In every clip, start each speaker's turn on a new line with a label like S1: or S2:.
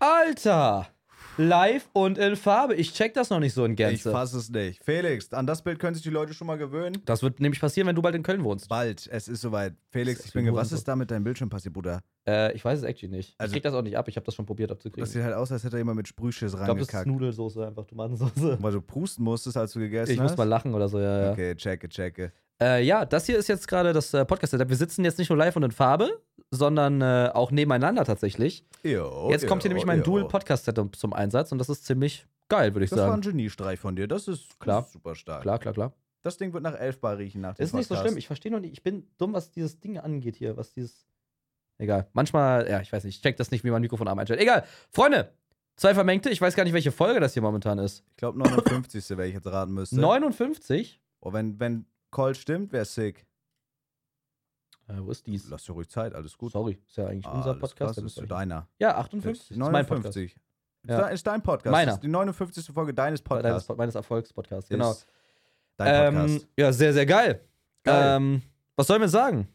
S1: Alter! Live und in Farbe. Ich check das noch nicht so in
S2: Ich
S1: Gänze.
S2: fasse es nicht. Felix, an das Bild können sich die Leute schon mal gewöhnen.
S1: Das wird nämlich passieren, wenn du bald in Köln wohnst.
S2: Bald, es ist soweit. Felix,
S1: Das ist
S2: ich bin ge-
S1: echt
S2: Was
S1: ein
S2: ist da mit deinem Bildschirm passiert, Bruder?
S1: Äh, ich weiß es actually nicht.
S2: Also-
S1: ich krieg das auch nicht ab. Ich habe das schon probiert abzukriegen.
S2: Das
S1: Ich
S2: sieht halt aus, als hätte da jemand mit Sprühschiss
S1: glaube, das ist
S2: reingekackt.
S1: Nudelsoße, einfach Tomatensoße.
S2: Weil du prusten musstest, als du gegessen
S1: Ich
S2: hast.
S1: muss mal lachen oder so, ja, ja.
S2: Okay, checke, checke.
S1: Äh, ja, das hier ist jetzt gerade das äh, Podcast-Setup. Wir sitzen jetzt nicht nur live und in Farbe, sondern äh, auch nebeneinander tatsächlich.
S2: Jo,
S1: jetzt kommt hier
S2: jo,
S1: nämlich mein
S2: jo.
S1: Dual-Podcast-Setup zum Einsatz und das ist ziemlich geil, würde ich
S2: Das war ein
S1: sagen.
S2: Geniestreich von dir. Das ist,
S1: Klar.
S2: das ist super stark.
S1: Klar, klar, klar.
S2: Das Ding wird nach Elfbar riechen nach dem
S1: Ist nicht so
S2: Podcast.
S1: schlimm. Ich verstehe noch nicht. Ich bin dumm, was dieses Ding angeht hier, was dieses. Egal. Manchmal, ja, ich weiß nicht. Ich check das nicht, wie man Mikrofonarm einstellt. Egal. Freunde, zwei Vermengte. Ich weiß gar nicht, welche Folge das hier momentan ist.
S2: Ich glaube 59. wenn ich jetzt raten müsste.
S1: 59.
S2: Oh, wenn, wenn Call stimmt, wäre sick.
S1: Äh, wo ist dies?
S2: Lass dir ruhig Zeit, alles gut.
S1: Sorry, ist ja eigentlich
S2: Ah,
S1: unser
S2: alles
S1: Podcast.
S2: Klar,
S1: der
S2: das
S1: müsste
S2: ist
S1: euch-
S2: deiner.
S1: ja, 58. Ist mein Podcast.
S2: 59. Ist
S1: Ja.
S2: dein- Ist dein Podcast.
S1: Meiner.
S2: Das ist die 59. Folge deines
S1: Meines,
S2: Podcasts.
S1: meines Erfolgspodcasts, genau.
S2: Ist
S1: Ähm,
S2: Dein Podcast.
S1: ja, sehr, sehr geil.
S2: Geil.
S1: Ähm, was sollen wir sagen?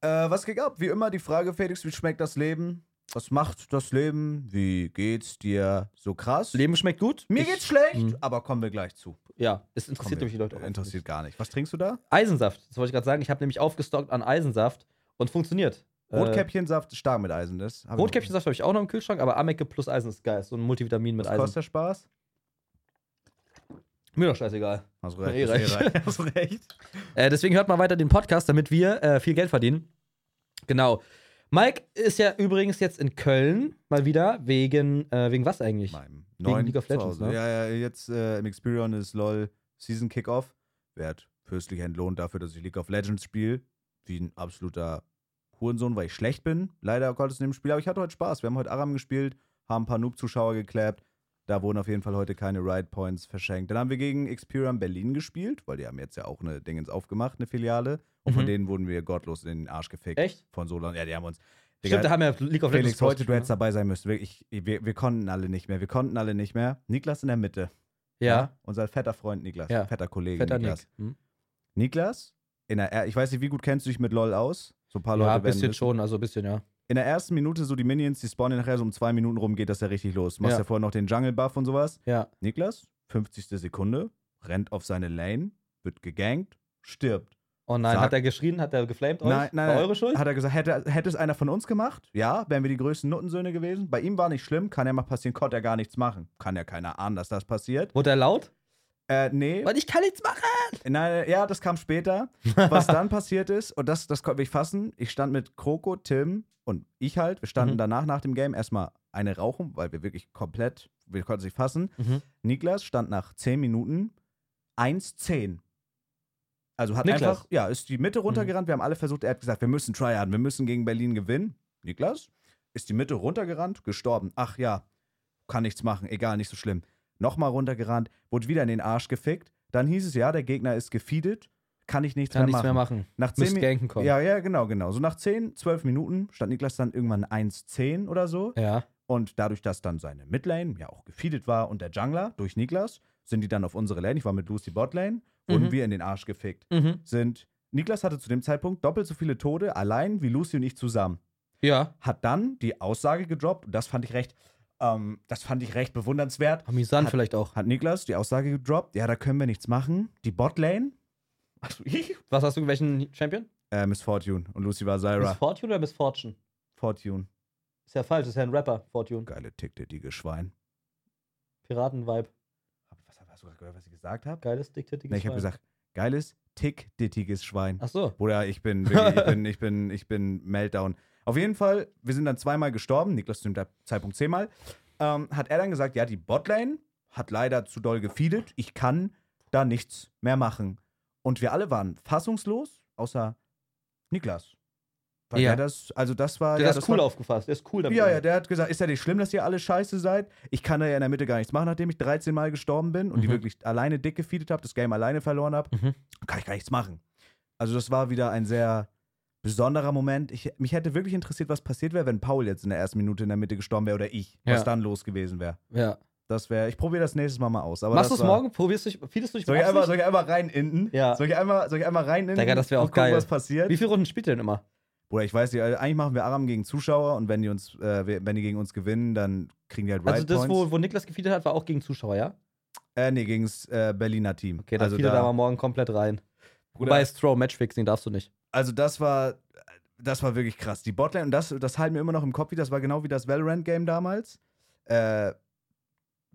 S2: Äh, was ging ab? Wie immer die Frage, Felix, wie schmeckt das Leben? Was macht das Leben? Wie geht's dir so krass?
S1: Leben schmeckt gut.
S2: Mir
S1: Ich-
S2: geht's schlecht,
S1: Mhm.
S2: aber kommen wir gleich zu.
S1: Ja, es
S2: Kommen wir-
S1: interessiert nämlich die Leute auch.
S2: Interessiert gar nicht. Was trinkst du da?
S1: Eisensaft, das wollte ich gerade sagen. Ich habe nämlich aufgestockt an Eisensaft und funktioniert.
S2: Rotkäppchensaft, stark mit Eisen. Das hab
S1: Äh,
S2: ich-
S1: Rotkäppchensaft habe ich auch noch im Kühlschrank, aber Amecke plus Eisen ist geil. So ein Multivitamin mit
S2: Was kostet
S1: Eisen.
S2: der Spaß?
S1: Mir doch scheißegal.
S2: Hast
S1: recht, Eh hast eh recht.
S2: recht. Hast recht.
S1: Äh, deswegen hört mal weiter den Podcast, damit wir äh, viel Geld verdienen. Genau. Mike ist ja übrigens jetzt in Köln mal wieder wegen, äh, wegen was eigentlich?
S2: Meinem
S1: Wegen
S2: neuen
S1: League of Legends,
S2: Zuhause.
S1: ne?
S2: Ja, ja, jetzt äh, im Experion ist LOL Season Kickoff. Werd fürstlich entlohnt dafür, dass ich League of Legends spiele. Wie ein absoluter Hurensohn, weil ich schlecht bin. Leider Gottes in dem Spiel. Aber ich hatte heute Spaß. Wir haben heute Aram gespielt, haben ein paar Noob-Zuschauer geklappt. Da wurden auf jeden Fall heute keine Ride Points verschenkt. Dann haben wir gegen Experion Berlin gespielt, weil die haben jetzt ja auch eine Dingens aufgemacht, eine Filiale. Und von
S1: Mhm.
S2: denen wurden wir gottlos in den Arsch gefickt.
S1: Echt?
S2: Von Solan. Ja, die haben uns. Digga,
S1: Stimmt, da haben wir League of Legends.
S2: Felix, heute du
S1: gespielt,
S2: hättest dabei sein müssen. Wirklich, ich- wir, wir konnten alle nicht mehr. Wir konnten alle nicht mehr. Niklas in der Mitte.
S1: ne? Ja,
S2: Unser fetter Freund Niklas.
S1: Ja.
S2: Fetter Kollege
S1: fetter
S2: Niklas.
S1: Nick. Hm?
S2: Niklas, in der, er- ich weiß nicht, wie gut kennst du dich mit LOL aus? So ein paar Leute
S1: Ja, ein
S2: werden
S1: bisschen
S2: wissen.
S1: schon, also ein bisschen, ja.
S2: In der ersten Minute so die Minions, die spawnen nachher so um zwei Minuten rum, geht das ja richtig los. Machst ja,
S1: Ja.
S2: vorher noch den Jungle-Buff und sowas.
S1: Ja.
S2: Niklas, 50. Sekunde, rennt auf seine Lane, wird gegankt, stirbt.
S1: Oh nein,
S2: Sag-
S1: hat er geschrien, hat er geflamed euch?
S2: Nein, nein,
S1: War
S2: nein.
S1: eure Schuld?
S2: Hat er gesagt, hätte, hätte es einer von uns gemacht? Ja, wären wir die größten Nuttensöhne gewesen. Bei ihm war nicht schlimm, kann ja mal passieren, konnte er gar nichts machen. Kann ja keiner ahnen, dass das passiert.
S1: Wurde er laut?
S2: Äh, nee,
S1: Weil ich kann nichts machen.
S2: nein, ja, das kam später. Was dann passiert ist, und das, das konnte ich fassen, ich stand mit Kroko, Tim und ich halt, wir standen
S1: Mhm.
S2: danach nach dem Game erstmal eine rauchen, weil wir wirklich komplett, wir konnten es nicht fassen.
S1: Mhm.
S2: Niklas stand nach 10 Minuten 1,10. Also hat
S1: Niklas? Mhm.
S2: einfach, ja, ist die Mitte runtergerannt. Wir haben alle versucht, er hat gesagt, wir müssen tryharden, wir müssen gegen Berlin gewinnen. Niklas ist die Mitte runtergerannt, gestorben. Ach ja, kann nichts machen, egal, nicht so schlimm. Nochmal runtergerannt, wurde wieder in den Arsch gefickt. Dann hieß es, ja, der Gegner ist gefeedet, kann ich nichts,
S1: Kann
S2: mehr,
S1: nichts
S2: machen.
S1: mehr machen.
S2: Nach 10
S1: Müsst
S2: Minuten.
S1: ganken kommen.
S2: Ja, ja, genau, genau. So nach 10, 12 Minuten stand Niklas dann irgendwann 1,10 oder so.
S1: Ja.
S2: Und dadurch, dass dann seine Midlane ja auch gefeedet war und der Jungler durch Niklas, sind die dann auf unsere Lane. Ich war mit Lucy Botlane, wurden
S1: Mhm.
S2: wir in den Arsch gefickt.
S1: Mhm.
S2: Sind Niklas hatte zu dem Zeitpunkt doppelt so viele Tode allein wie Lucy und ich zusammen.
S1: Ja.
S2: Hat dann die Aussage gedroppt, und das fand ich recht, ähm, das fand ich recht bewundernswert.
S1: Amüsant
S2: Hat-
S1: vielleicht auch.
S2: Hat Niklas die Aussage gedroppt, ja, da können wir nichts machen. Die Botlane,
S1: Achso, Was hast du, welchen Champion?
S2: äh, Miss Fortune. Und Lucy war
S1: Miss
S2: Zyra.
S1: Fortune oder Miss Fortune?
S2: Fortune.
S1: Ist ja falsch, ist ja ein Rapper, Fortune.
S2: Geile tickte die Geschwein.
S1: Piraten-Vibe.
S2: Hab- Was hast du gerade gehört, was ich gesagt habe?
S1: Geiles, dicktätiges
S2: Ne, ich habe
S1: Schwein.
S2: gesagt, geiles, tick-dittiges Schwein.
S1: Ach so.
S2: Bruder, ich bin, wirklich, ich bin, ich bin, ich bin Meltdown. Auf jeden Fall, wir sind dann zweimal gestorben, Niklas zu dem Zeitpunkt zehnmal. Ähm, hat er dann gesagt, ja, die Botlane hat leider zu doll gefeedet, ich kann da nichts mehr machen. Und wir alle waren fassungslos, außer Niklas. Weil
S1: Ja.
S2: der das, also das war.
S1: Der
S2: ja,
S1: ist cool
S2: war,
S1: aufgefasst. Der ist cool damit.
S2: ja, ja, der hat gesagt, ist ja nicht schlimm, dass ihr alle scheiße seid. Ich kann da ja in der Mitte gar nichts machen, nachdem ich 13 Mal gestorben bin und die
S1: Mhm.
S2: wirklich alleine dick gefeedet habe, das Game alleine verloren habe.
S1: Mhm.
S2: Kann ich gar nichts machen. Also das war wieder ein sehr besonderer Moment. Ich, mich hätte wirklich interessiert, was passiert wäre, wenn Paul jetzt in der ersten Minute in der Mitte gestorben wäre oder ich. Was
S1: Ja.
S2: dann los gewesen wäre.
S1: ja.
S2: Das wäre, ich probiere das nächstes Mal mal aus. Aber
S1: Machst du
S2: das
S1: es
S2: war-
S1: morgen? Probierst du dich? Fielst du dich
S2: Soll
S1: mit
S2: ich, einmal,
S1: Absicht?
S2: soll ich einmal rein innen?
S1: Ja.
S2: Soll ich einmal, soll ich einmal rein innen?
S1: Digga, das wär auch
S2: und gucken,
S1: geil.
S2: was passiert?
S1: Wie viele Runden spielt ihr denn immer?
S2: Bruder, ich weiß nicht, also eigentlich machen wir Aram gegen Zuschauer und wenn die uns, äh, wir- wenn die gegen uns gewinnen, dann kriegen die halt Riot
S1: Also das,
S2: Points.
S1: wo, wo Niklas gefeedet hat, war auch gegen Zuschauer, ja?
S2: äh, nee, gegen das äh, Berliner Team.
S1: Okay, dann also
S2: also,
S1: feedet er aber morgen komplett rein.
S2: Bruder,
S1: Wobei Stroh Matchfixing darfst du nicht.
S2: also das war, das war wirklich krass. Die Botlane, und das, das halten wir immer noch im Kopf, wie das war genau wie das Valorant-Game damals. Äh,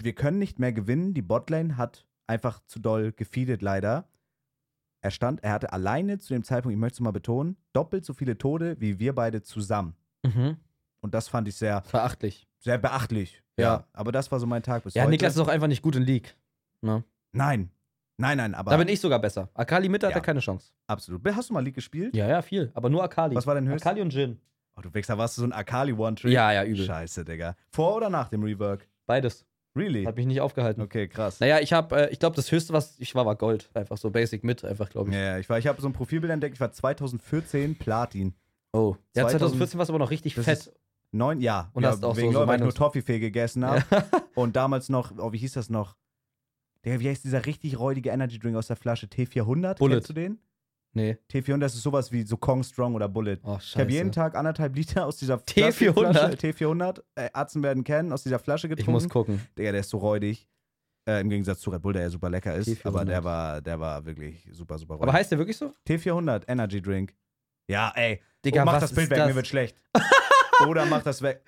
S2: wir können nicht mehr gewinnen. Die Botlane hat einfach zu doll gefeedet, leider. Er stand, er hatte alleine zu dem Zeitpunkt, ich möchte es mal betonen, doppelt so viele Tode wie wir beide zusammen.
S1: Mhm.
S2: Und das fand ich sehr,
S1: Verachtlich.
S2: sehr beachtlich.
S1: Ja.
S2: Aber das war so mein Tag bis
S1: Ja,
S2: heute.
S1: Niklas ist auch einfach nicht gut in League. Ne?
S2: Nein. Nein, nein, aber
S1: Da bin ich sogar besser. Akali Mitte hat
S2: Ja.
S1: er keine Chance.
S2: absolut. Hast du mal League gespielt?
S1: Ja, ja, viel. Aber nur Akali.
S2: Was war dein höchstes?
S1: Akali und Jin.
S2: Oh, du Wichser, warst du so ein Akali One-Trick?
S1: Ja, ja, übel.
S2: Scheiße, Digga. Vor oder nach dem Rework?
S1: Beides.
S2: Really?
S1: Hat mich nicht aufgehalten.
S2: Okay, krass.
S1: Naja, ich habe, äh, ich glaube, das höchste, was ich war, war Gold. Einfach so basic mit, einfach, glaube ich.
S2: Ja, ja, ich, war- ich habe so ein Profilbild entdeckt, ich war 2014 Platin.
S1: Oh. Ja,
S2: 2000
S1: 2014 warst du aber noch richtig
S2: Das
S1: fett.
S2: Neun, ja.
S1: Und
S2: ja,
S1: hast auch
S2: wegen
S1: so- so
S2: Leuten, weil ich nur
S1: Meinungs-
S2: Toffifee gegessen habe. Und damals noch, oh, wie hieß das noch? Der, wie heißt dieser richtig räudige Energy Drink aus der Flasche? T400?
S1: Bullet.
S2: Kennst du den?
S1: Nee.
S2: T400 das ist sowas wie so Kong Strong oder Bullet.
S1: Oh,
S2: Ich habe jeden
S1: scheiße.
S2: Tag anderthalb Liter aus dieser
S1: T400?
S2: Plastikflasche- T400, äh, Atzen werden kennen, aus dieser Flasche
S1: Ich
S2: getrunken.
S1: muss gucken.
S2: Digga, der ist so räudig. Äh, Im Gegensatz zu Red Bull, der ja super lecker ist.
S1: T400.
S2: Aber der war, der war wirklich super, super räudig.
S1: Aber halt heißt der wirklich so?
S2: T400, Energy Drink. Ja, ey.
S1: Digga,
S2: oh, mach
S1: was
S2: das Bild
S1: ist
S2: weg,
S1: das?
S2: mir wird schlecht. Bruder, mach das weg.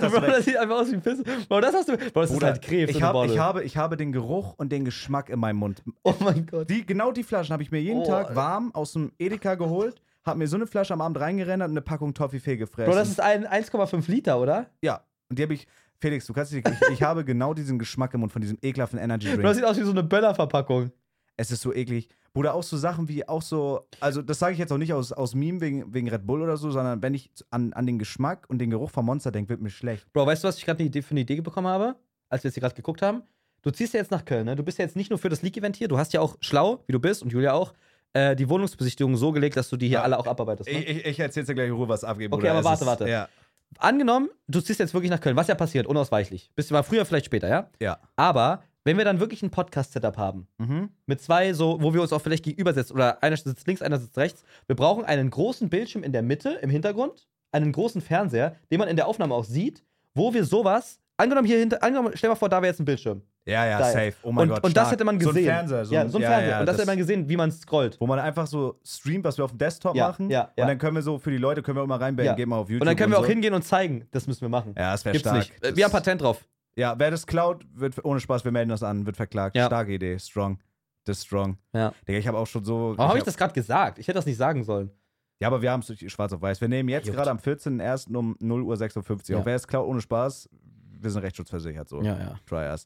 S1: Bro,
S2: weg.
S1: das sieht einfach aus wie Pisse. Bro, das hast du. Bro, das
S2: Bruder,
S1: ist halt Krebs
S2: ich,
S1: in der
S2: hab, ich,
S1: Bottle.
S2: habe, ich habe den Geruch und den Geschmack in meinem Mund.
S1: oh mein Gott.
S2: Die, genau die Flaschen habe ich mir jeden
S1: Oh,
S2: Tag
S1: Alter.
S2: warm aus dem Edeka geholt, habe mir so eine Flasche am Abend reingerendert und eine Packung Toffifee gefressen.
S1: Bro, das ist ein 1,5 Liter, oder?
S2: ja, und die habe ich, Felix, du kannst dich, ich, ich habe genau diesen Geschmack im Mund von diesem ekelhaften Energy Drink.
S1: Bro, das sieht aus wie so eine Böllerverpackung.
S2: Es ist so eklig. Bruder, auch so Sachen wie auch so, also das sage ich jetzt auch nicht aus, aus Meme wegen, wegen Red Bull oder so, sondern wenn ich an, an den Geschmack und den Geruch vom Monster denke, wird mir schlecht.
S1: Bro, weißt du, was ich gerade eine Idee- für eine Idee bekommen habe, als wir jetzt hier gerade geguckt haben? Du ziehst ja jetzt nach Köln, ne? Du bist ja jetzt nicht nur für das League-Event hier, du hast ja auch schlau, wie du bist und Julia auch, äh, die Wohnungsbesichtigung so gelegt, dass du die hier
S2: Ja,
S1: alle auch abarbeitest. Ne?
S2: Ich, ich, ich erzähl's dir gleich in Ruhe, was abgeht.
S1: Okay,
S2: Bruder.
S1: aber
S2: Es
S1: warte,
S2: ist,
S1: warte.
S2: Ja,
S1: Angenommen, du ziehst jetzt wirklich nach Köln, was ja passiert, unausweichlich. Bist du mal früher, vielleicht später, ja?
S2: ja.
S1: Aber wenn wir dann wirklich ein Podcast-Setup haben,
S2: Mhm.
S1: mit zwei so, wo wir uns auch vielleicht gegenübersetzen oder einer sitzt links, einer sitzt rechts, wir brauchen einen großen Bildschirm in der Mitte, im Hintergrund, einen großen Fernseher, den man in der Aufnahme auch sieht, wo wir sowas, angenommen hier hinter, angenommen, stell mal vor, da wäre jetzt ein Bildschirm.
S2: Ja, ja,
S1: Da-
S2: safe. Oh
S1: und,
S2: mein Gott.
S1: Und das
S2: stark.
S1: hätte man gesehen.
S2: So ein Fernseher.
S1: ja, so ein Fernseher. und das, hätte man
S2: gesehen.
S1: gesehen, wie man scrollt.
S2: Wo man einfach so streamt, was wir auf dem Desktop
S1: Ja,
S2: machen.
S1: ja, ja.
S2: Und dann können wir so für die Leute, können wir auch mal reinbellen,
S1: Ja.
S2: gehen mal auf YouTube.
S1: Und dann können wir auch
S2: so.
S1: hingehen und zeigen, das müssen wir machen.
S2: Ja, das wäre
S1: Gibt's
S2: stark.
S1: nicht. Äh,
S2: Das-
S1: Wir haben Patent drauf.
S2: Ja, wer das klaut, wird ohne Spaß, wir melden das an, wird verklagt.
S1: Ja.
S2: Starke Idee, strong. Das strong.
S1: Ja.
S2: Digga, ich habe auch schon so.
S1: Warum habe ich
S2: hab-
S1: das gerade gesagt? Ich hätte das nicht sagen sollen.
S2: Ja, aber wir haben es schwarz auf weiß. Wir nehmen jetzt
S1: Juckt.
S2: gerade am 14.01. um 0.56 Uhr
S1: Ja.
S2: auf. Wer es klaut, ohne Spaß, wir sind rechtsschutzversichert. So.
S1: Ja, ja.
S2: Try us.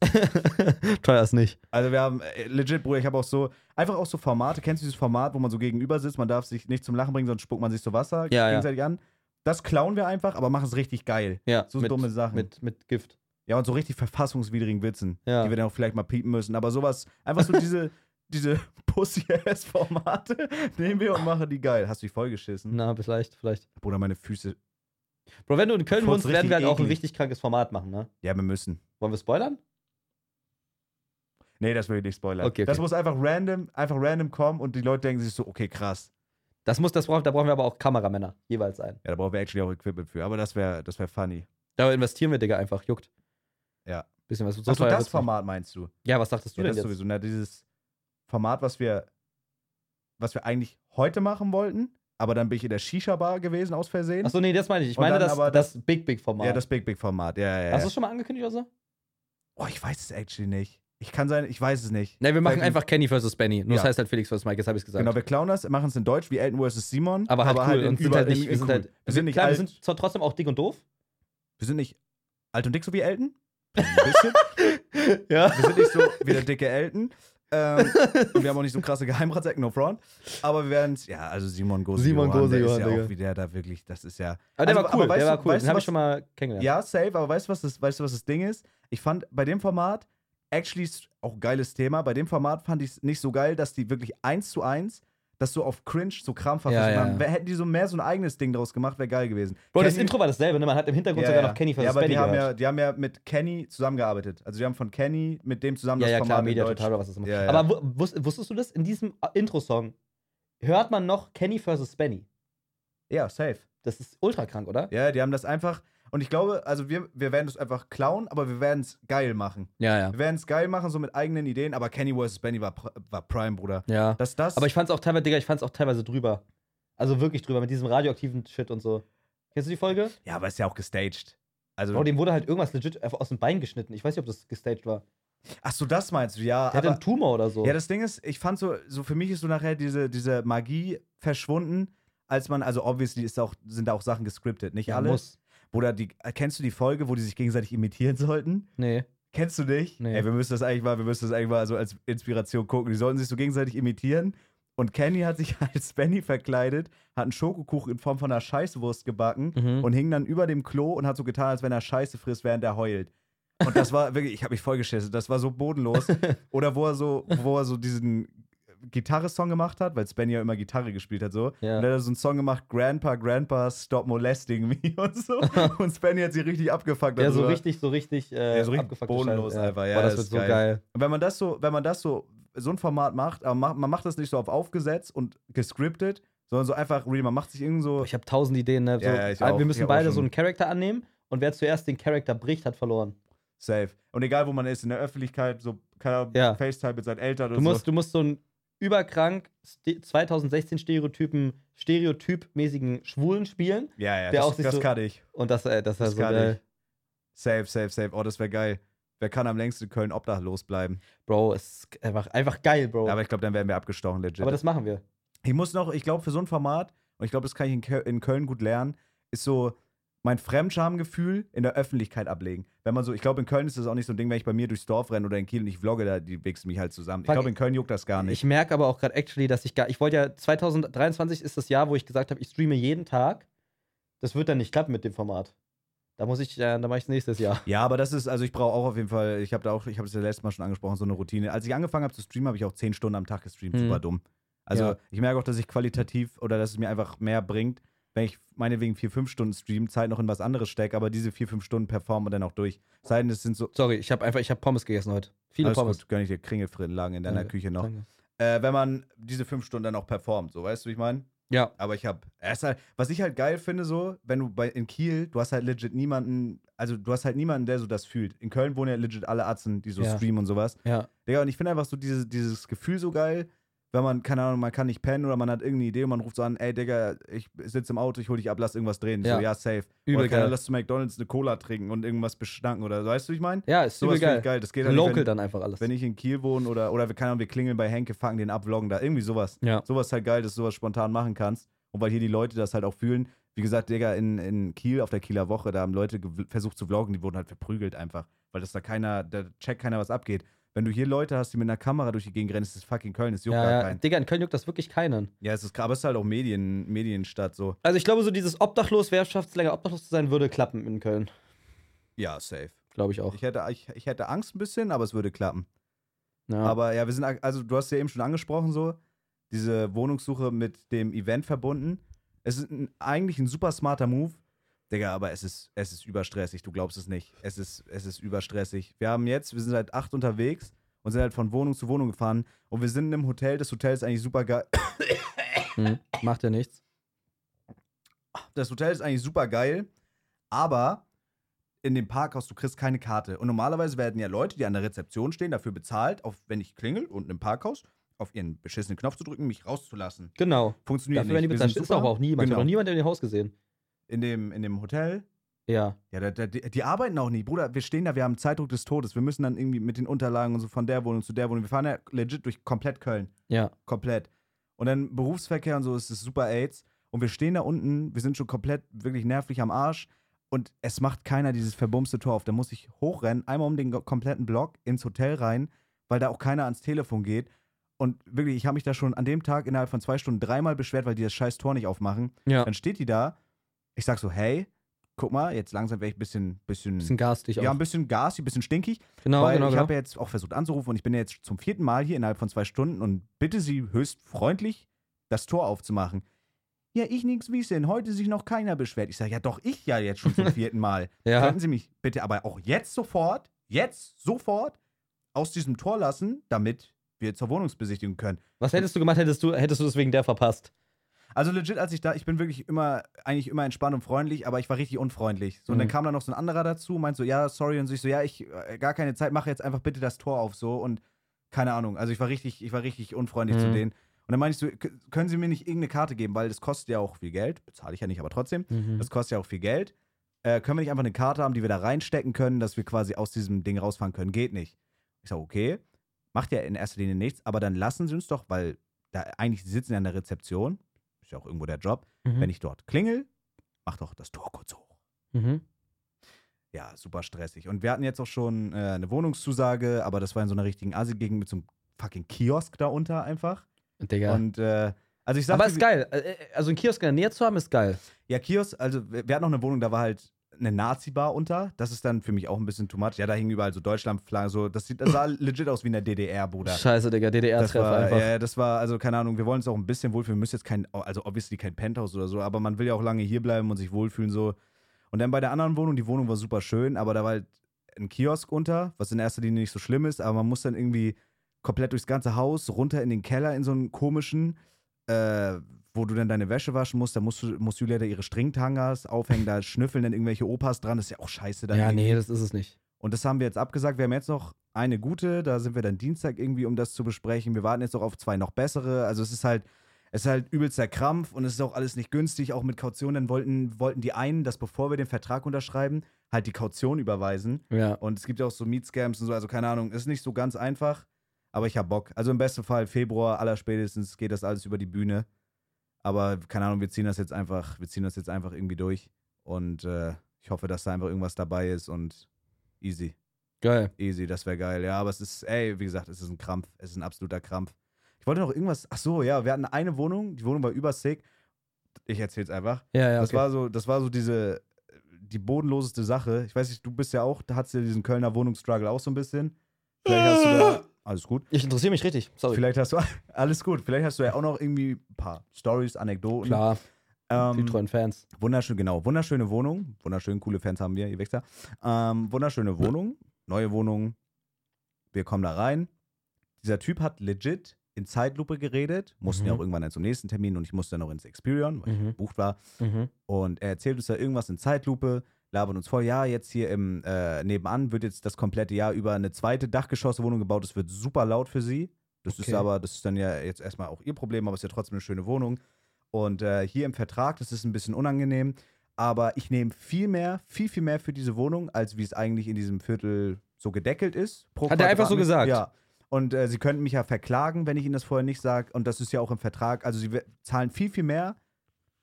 S1: Teuer ist nicht.
S2: Also wir haben, äh, legit, Bruder, ich habe auch so, einfach auch so Formate. Kennst du dieses Format, wo man so gegenüber sitzt, man darf sich nicht zum Lachen bringen, sonst spuckt man sich so Wasser
S1: Ja, ja.
S2: gegenseitig an. Das klauen wir einfach, aber machen es richtig geil.
S1: Ja,
S2: So
S1: mit,
S2: dumme Sachen.
S1: Mit, mit Gift.
S2: Ja, und so richtig verfassungswidrigen Witzen,
S1: Ja.
S2: die wir dann auch vielleicht mal piepen müssen. Aber sowas, einfach so diese, diese Pussy-Ass-Formate nehmen wir und machen die geil. Hast du dich vollgeschissen?
S1: Na, vielleicht, vielleicht.
S2: Bruder, meine Füße.
S1: Bro, wenn du in Köln
S2: Furz
S1: wohnst, werden wir halt
S2: richtig
S1: auch ein
S2: eklig.
S1: richtig krankes Format machen, ne?
S2: Ja, wir müssen.
S1: Wollen wir spoilern?
S2: Nee, das will ich nicht spoilern.
S1: Okay, okay.
S2: Das muss einfach random, einfach random kommen und die Leute denken sich so, okay, krass.
S1: Das muss, das brauchen, da brauchen wir aber auch Kameramänner, jeweils einen.
S2: Ja, da brauchen wir actually auch Equipment für. Aber das wäre das wär funny.
S1: Da investieren wir, Digga, einfach, juckt.
S2: Ja.
S1: Bisschen was. So
S2: Achso,
S1: teuer
S2: das
S1: wird's
S2: Format meinst du?
S1: nicht. Ja, was dachtest du
S2: Ja, das
S1: denn jetzt?
S2: sowieso. Na, dieses Format, was wir, was wir eigentlich heute machen wollten, aber dann bin ich in der Shisha-Bar gewesen aus Versehen.
S1: Achso, nee, das meine ich. Ich
S2: Und
S1: meine
S2: dann
S1: das,
S2: aber
S1: das, Big Big Format.
S2: ja, das Big Big Format. Ja, ja, ja.
S1: Hast du es schon mal angekündigt oder so?
S2: Oh, ich weiß es actually nicht. Ich kann sein, ich weiß es nicht.
S1: Ne, wir machen
S2: Vielleicht-
S1: einfach Kenny vs. Benny. Nur das
S2: Ja.
S1: heißt halt Felix vs. Mike, jetzt habe ich es gesagt.
S2: Genau, wir klauen das, machen es in Deutsch wie Elton vs. Simon.
S1: aber halt cool
S2: in
S1: und sind
S2: über-
S1: halt nicht,
S2: in-
S1: wir
S2: in
S1: sind
S2: cool.
S1: halt,
S2: wir sind nicht
S1: klar,
S2: alt,
S1: wir sind zwar trotzdem auch dick und doof.
S2: wir sind nicht alt und dick so wie Elton. Ein bisschen.
S1: Ja.
S2: wir sind nicht so wie der dicke Elton. Ähm, und wir haben auch nicht so krasse Geheimratsecken, no front. Aber wir werden es, ja, also Simon Gose.
S1: Simon
S2: Johann,
S1: Gose
S2: der ist
S1: Johann,
S2: ja
S1: Digga.
S2: auch, wie der da wirklich, das ist ja.
S1: Aber der
S2: Also,
S1: war cool,
S2: aber weißt
S1: der
S2: du-
S1: war cool.
S2: weißt
S1: den
S2: du,
S1: habe ich
S2: was-
S1: schon mal kennengelernt.
S2: Ja, safe, aber weißt du, was das, weißt du, was das Ding ist? Ich fand bei dem Format, actually ist auch ein geiles Thema, bei dem Format fand ich es nicht so geil, dass die wirklich eins zu eins, dass so auf Cringe so krampfhaft
S1: Ja,
S2: versucht
S1: ja,
S2: haben.
S1: ja.
S2: Wer- Hätten die so mehr so ein eigenes Ding draus gemacht, wäre geil gewesen.
S1: Bro, das
S2: Kenny-
S1: Intro war dasselbe, ne? Man hat im
S2: Ja,
S1: Hintergrund sogar
S2: ja.
S1: noch Kenny vs.
S2: ja, aber
S1: Benny
S2: die haben ja,
S1: gehört.
S2: die haben ja mit Kenny zusammengearbeitet. Also die haben von Kenny mit dem zusammen
S1: Ja,
S2: das
S1: ja,
S2: Format
S1: klar,
S2: in
S1: Media
S2: Deutsch-
S1: Total oder was das immer.
S2: Ja, ja.
S1: Aber wu- wus- wusstest du das? In diesem Intro-Song hört man noch Kenny vs. Benny.
S2: Ja, safe.
S1: Das ist ultra krank, oder?
S2: Ja, die haben das einfach. Und ich glaube, also wir, wir werden das einfach klauen, aber wir werden es geil machen.
S1: Ja, ja.
S2: Wir werden es geil machen, so mit eigenen Ideen, aber Kenny vs. Benny war, pr- war Prime, Bruder.
S1: Ja.
S2: Dass das.
S1: Aber ich fand's auch teilweise, Digga, ich fand's auch teilweise drüber. Also wirklich drüber, mit diesem radioaktiven Shit und so. Kennst du die Folge?
S2: ja, aber ist ja auch gestaged. Also,
S1: Bro, dem wurde halt irgendwas legit einfach aus dem Bein geschnitten. Ich weiß nicht, ob das gestaged war.
S2: ach so, das meinst du, ja.
S1: Der hatte
S2: Aber,
S1: einen Tumor oder so.
S2: ja, das Ding ist, ich fand so, so für mich ist so nachher diese, diese Magie verschwunden, als man, also obviously ist auch, sind da auch Sachen gescriptet, nicht
S1: Ja,
S2: alle.
S1: muss.
S2: Bruder, die, äh, kennst du die Folge, wo die sich gegenseitig imitieren sollten?
S1: Nee.
S2: Kennst du dich?
S1: Nee.
S2: Ey, wir müssen das eigentlich mal, wir müssen das eigentlich mal so als Inspiration gucken. Die sollten sich so gegenseitig imitieren. Und Kenny hat sich als Benny verkleidet, hat einen Schokokuchen in Form von einer Scheißwurst gebacken
S1: Mhm.
S2: und hing dann über dem Klo und hat so getan, als wenn er Scheiße frisst, während er heult. Und das war wirklich, ich habe mich vollgeschissen, das war so bodenlos. Oder wo er so, wo er so diesen Gitarre-Song gemacht hat, weil Sven ja immer Gitarre gespielt hat, so.
S1: Ja.
S2: Und dann hat er so einen Song gemacht, Grandpa, Grandpa, Stop Molesting Me und so. Und Sven hat sie richtig abgefuckt.
S1: Ja, so
S2: darüber.
S1: richtig, so richtig, äh,
S2: Ja, so richtig
S1: abgefuckte
S2: bodenlos
S1: Scheiße.
S2: einfach. Ja,
S1: Boah, das
S2: ist
S1: wird so
S2: geil.
S1: geil.
S2: Und wenn man das so, wenn man das so, so ein Format macht, aber ma- man macht das nicht so auf aufgesetzt und gescriptet, sondern so einfach, really, man macht sich irgend so.
S1: Boah, Ich habe tausend Ideen, ne? So,
S2: Ja, ja, ich
S1: ah,
S2: auch.
S1: wir
S2: Ich
S1: müssen
S2: hab auch
S1: beide so
S2: schon-
S1: einen Charakter annehmen und wer zuerst den Charakter bricht, hat verloren.
S2: Safe. Und egal, wo man ist, in der Öffentlichkeit, so kann er
S1: Ja.
S2: FaceTime mit seinen Eltern
S1: Du
S2: und
S1: musst,
S2: so.
S1: du musst so einen überkrank Ste- 2016 Stereotypen, stereotypmäßigen Schwulen spielen
S2: Ja, ja,
S1: der
S2: das,
S1: auch sich
S2: das
S1: so-
S2: kann ich.
S1: und das, äh, das, ist
S2: Das
S1: so
S2: kann
S1: geil.
S2: ich. Safe, safe, safe. Oh, das wäre geil. Wer kann am längsten in Köln obdachlos bleiben?
S1: Bro, es ist einfach, einfach geil, Bro.
S2: Aber
S1: Aber,
S2: ich glaube, dann werden wir abgestochen, legit.
S1: das machen wir.
S2: ich muss noch, ich glaube, für so ein Format, und ich glaube, das kann ich in, Kö- in Köln gut lernen, ist so mein Fremdschamgefühl in der Öffentlichkeit ablegen. Wenn man so, ich glaube, in Köln ist das auch nicht so ein Ding, wenn ich bei mir durchs Dorf renne oder in Kiel und ich vlogge, da die wichsen mich halt zusammen. Ich
S1: Fuck.
S2: glaube, in Köln juckt das gar nicht.
S1: Ich merke aber auch gerade actually, dass ich gar, ich wollte ja, 2023 ist das Jahr, wo ich gesagt habe, ich streame jeden Tag. Das wird dann nicht klappen mit dem Format. Da muss ich, äh, da mache ich nächstes Jahr.
S2: Ja, aber das ist, also ich brauche auch auf jeden Fall, ich habe da auch, ich habe es ja letztes Mal schon angesprochen, so eine Routine. Als ich angefangen habe zu streamen, habe ich auch zehn Stunden am Tag gestreamt,
S1: Mhm.
S2: super dumm. Also
S1: Ja.
S2: ich merke auch, dass ich qualitativ oder dass es mir einfach mehr bringt, wenn ich meinetwegen vier, fünf Stunden stream, Zeit noch in was anderes stecke, aber diese vier, fünf Stunden performen und dann auch durch. Seiten, das sind so.
S1: Sorry, ich habe einfach, ich habe Pommes gegessen heute. Viele
S2: Alles
S1: Pommes.
S2: gut, gönn ich dir Kringelfrieden lagen in deiner
S1: Danke,
S2: Küche noch.
S1: Danke.
S2: Äh, wenn man diese fünf Stunden dann auch performt, so weißt du, wie ich meine?
S1: Ja,
S2: Aber ich habe, halt, was ich halt geil finde, so, wenn du bei in Kiel, du hast halt legit niemanden, also du hast halt niemanden, der so das fühlt. In Köln wohnen ja legit alle Atzen, die so
S1: Ja.
S2: streamen und sowas.
S1: ja.
S2: Digga, und ich finde einfach so diese, dieses Gefühl so geil, wenn man, keine Ahnung, man kann nicht pennen oder man hat irgendeine Idee und man ruft so an, ey Digga, ich sitze im Auto, ich hol dich ab, lass irgendwas drehen.
S1: Ja.
S2: So, ja, safe.
S1: Übel
S2: oder keine Ahnung,
S1: geil.
S2: lass zu McDonalds eine Cola trinken und irgendwas beschnacken oder so. Weißt du, wie ich meine?
S1: Ja, ist
S2: Sowas
S1: übel
S2: finde
S1: geil.
S2: ich geil. Das geht halt
S1: Local
S2: nicht, wenn,
S1: dann einfach alles.
S2: wenn ich in Kiel wohne oder, oder wir, keine Ahnung, wir klingeln bei Henke, fangen den ab, vloggen da. Irgendwie sowas.
S1: ja.
S2: Sowas ist halt geil, dass du sowas spontan machen kannst. Und weil hier die Leute das halt auch fühlen. Wie gesagt, Digga, in, in Kiel auf der Kieler Woche, da haben Leute gew- versucht zu vloggen, die wurden halt verprügelt einfach. Weil das da keiner, da checkt keiner, was abgeht. Wenn du hier Leute hast, die mit einer Kamera durch die Gegend rennen, ist das fucking Köln, es juckt
S1: Ja,
S2: gar
S1: ja.
S2: keinen.
S1: Digga, in Köln juckt das wirklich keinen.
S2: Ja, es ist, aber es ist halt auch Medien, Medienstadt so.
S1: Also ich glaube, so dieses Obdachlos, wer schafft es länger obdachlos zu sein, würde klappen in Köln.
S2: Ja, safe.
S1: Glaube ich auch.
S2: Ich hätte, ich, ich hätte Angst ein bisschen, aber es würde klappen.
S1: Ja.
S2: Aber ja, wir sind, ak- also du hast ja eben schon angesprochen, so, diese Wohnungssuche mit dem Event verbunden. Es ist ein, eigentlich ein super smarter Move. Digga, aber es ist, es ist überstressig, du glaubst es nicht. Es ist, es ist überstressig. Wir haben jetzt, wir sind seit acht unterwegs und sind halt von Wohnung zu Wohnung gefahren und wir sind in einem Hotel. Das Hotel ist eigentlich super geil.
S1: Hm, Macht ja nichts.
S2: Das Hotel ist eigentlich super geil, aber in dem Parkhaus, du kriegst keine Karte. Und normalerweise werden ja Leute, die an der Rezeption stehen, dafür bezahlt, auf, wenn ich klingel unten im Parkhaus, auf ihren beschissenen Knopf zu drücken, mich rauszulassen.
S1: Genau.
S2: Funktioniert
S1: Dafür werden die
S2: nicht. Wir
S1: bezahlt.
S2: sind
S1: Ist aber
S2: super.
S1: auch niemand. Ich
S2: Genau.
S1: habe noch niemand in dem Haus gesehen.
S2: In dem, in dem Hotel.
S1: Ja.
S2: Ja, da, da, die, die arbeiten auch nie. Bruder, wir stehen da, wir haben Zeitdruck des Todes. Wir müssen dann irgendwie mit den Unterlagen und so von der Wohnung zu der Wohnung. Wir fahren ja legit durch komplett Köln.
S1: Ja.
S2: Komplett. Und dann Berufsverkehr und so ist es super AIDS. Und wir stehen da unten, wir sind schon komplett wirklich nervlich am Arsch. Und es macht keiner dieses verbumste Tor auf. Da muss ich hochrennen, einmal um den go- kompletten Block ins Hotel rein, weil da auch keiner ans Telefon geht. Und wirklich, ich habe mich da schon an dem Tag innerhalb von zwei Stunden dreimal beschwert, weil die das scheiß Tor nicht aufmachen.
S1: Ja.
S2: Dann steht die da. Ich sag so, hey, guck mal, jetzt langsam wäre ich ein bisschen, bisschen,
S1: Bisschen garstig
S2: ja,
S1: auch.
S2: ein bisschen gasig, ein bisschen stinkig.
S1: Hm. Genau,
S2: weil
S1: genau,
S2: ich
S1: genau.
S2: habe ja jetzt auch versucht anzurufen und ich bin ja jetzt zum vierten Mal hier innerhalb von zwei Stunden und bitte Sie höchst freundlich, das Tor aufzumachen. Ja, ich nix wie denn. Heute sich noch keiner beschwert. Ich sage, ja doch, ich ja jetzt schon zum vierten Mal.
S1: Ja.
S2: Könnten Sie mich bitte aber auch jetzt sofort, jetzt sofort aus diesem Tor lassen, damit wir zur Wohnungsbesichtigung können.
S1: Was hättest du gemacht, hättest du, hättest du das wegen der verpasst?
S2: Also legit, als ich da, ich bin wirklich immer, eigentlich immer entspannt und freundlich, aber ich war richtig unfreundlich. So, und dann
S1: Mhm.
S2: kam dann noch so ein anderer dazu, meint so, ja, sorry, und so, ich so, ja, ich, äh, gar keine Zeit, mache jetzt einfach bitte das Tor auf, so, und keine Ahnung. Also ich war richtig, ich war richtig unfreundlich zu
S1: Mhm.
S2: denen. Und dann meinte ich so, "K- können Sie mir nicht irgendeine Karte geben, weil das kostet ja auch viel Geld, bezahle ich ja nicht, aber trotzdem,
S1: Mhm.
S2: das kostet ja auch viel Geld. Äh, können wir nicht einfach eine Karte haben, die wir da reinstecken können, dass wir quasi aus diesem Ding rausfahren können? Geht nicht. Ich sage, okay, macht ja in erster Linie nichts, aber dann lassen Sie uns doch, weil da eigentlich Sie sitzen ja an der Rezeption, ist ja auch irgendwo der Job.
S1: Mhm.
S2: Wenn ich dort klingel, mach doch das Tor kurz hoch.
S1: Mhm.
S2: Ja, super stressig. Und wir hatten jetzt auch schon äh, eine Wohnungszusage, aber das war in so einer richtigen Asi-Gegend mit so einem fucking Kiosk da unter einfach.
S1: Digga.
S2: Und äh, also ich sag
S1: Aber
S2: dir,
S1: ist
S2: wie-
S1: geil. Äh, Also einen Kiosk in der Nähe zu haben, ist geil.
S2: Ja, Kiosk, also wir wir hatten noch eine Wohnung, da war halt eine Nazi-Bar unter. Das ist dann für mich auch ein bisschen too much. Ja, da hingen überall so Deutschlandflaggen, so, das, sieht, das sah legit aus wie in der DDR, Bruder.
S1: Scheiße, Digga.
S2: Das
S1: DDR-Treffer
S2: war,
S1: einfach.
S2: ja, ja, das war, also keine Ahnung, wir wollen uns auch ein bisschen wohlfühlen. Wir müssen jetzt kein, also obviously kein Penthouse oder so, aber man will ja auch lange hierbleiben und sich wohlfühlen so. Und dann bei der anderen Wohnung, die Wohnung war super schön, aber da war halt ein Kiosk unter, was in erster Linie nicht so schlimm ist, aber man muss dann irgendwie komplett durchs ganze Haus, runter in den Keller, in so einen komischen, äh, wo du dann deine Wäsche waschen musst, da musst du, muss Julia da ihre Stringtangers aufhängen, da schnüffeln dann irgendwelche Opas dran, das ist ja auch scheiße. Dann
S1: Ja,
S2: irgendwie.
S1: nee, das ist es nicht.
S2: Und das haben wir jetzt abgesagt. Wir haben jetzt noch eine gute, da sind wir dann Dienstag irgendwie, um das zu besprechen. Wir warten jetzt auch auf zwei noch bessere. Also es ist halt, es ist halt übelster Krampf und es ist auch alles nicht günstig, auch mit Kaution. Dann wollten, wollten die einen, dass bevor wir den Vertrag unterschreiben, halt die Kaution überweisen.
S1: Ja.
S2: Und es gibt ja auch so Mietscams und so, also keine Ahnung, ist nicht so ganz einfach, aber ich hab Bock. Also im besten Fall Februar, allerspätestens geht das alles über die Bühne. Aber keine Ahnung, wir ziehen das jetzt einfach, wir ziehen das jetzt einfach irgendwie durch. Und äh, ich hoffe, dass da einfach irgendwas dabei ist und easy.
S1: Geil.
S2: Easy, das wäre geil. Ja, aber es ist, ey, wie gesagt, es ist ein Krampf. Es ist ein absoluter Krampf. Ich wollte noch irgendwas. Ach so, ja, wir hatten eine Wohnung. Die Wohnung war übersick. Ich erzähl's einfach.
S1: Ja, ja.
S2: Das
S1: okay.
S2: war so, das war so diese die bodenloseste Sache. Ich weiß nicht, du bist ja auch, da hattest du diesen Kölner Wohnungsstruggle auch so ein bisschen. Vielleicht hast du da alles gut.
S1: ich interessiere mich richtig. Sorry.
S2: Vielleicht hast du alles gut. Vielleicht hast du ja auch noch irgendwie ein paar Stories, Anekdoten.
S1: Klar, die
S2: Ähm,
S1: treuen Fans.
S2: Wunderschön, genau. Wunderschöne Wohnung. Wunderschön, coole Fans haben wir, ihr Wichser. Ähm, wunderschöne Wohnung, neue Wohnung. Wir kommen da rein. Dieser Typ hat legit in Zeitlupe geredet, mussten
S1: Mhm.
S2: ja auch irgendwann dann zum nächsten Termin und ich musste dann noch ins Experion, weil ich
S1: Mhm.
S2: gebucht war.
S1: Mhm.
S2: Und er erzählt uns da irgendwas in Zeitlupe, labert uns vor, ja, jetzt hier im äh, nebenan wird jetzt das komplette Jahr über eine zweite Dachgeschosswohnung gebaut. Das wird super laut für sie. Das ist
S1: Okay.
S2: aber, das ist dann ja jetzt erstmal auch ihr Problem, aber es ist ja trotzdem eine schöne Wohnung. Und äh, hier im Vertrag, das ist ein bisschen unangenehm, aber ich nehme viel mehr, viel, viel mehr für diese Wohnung, als wie es eigentlich in diesem Viertel so gedeckelt ist. pro
S1: Hat er einfach so
S2: Quadratmeter.
S1: gesagt?
S2: Ja. Und äh, sie könnten mich ja verklagen, wenn ich ihnen das vorher nicht sage. Und das ist ja auch im Vertrag. Also sie we- zahlen viel, viel mehr,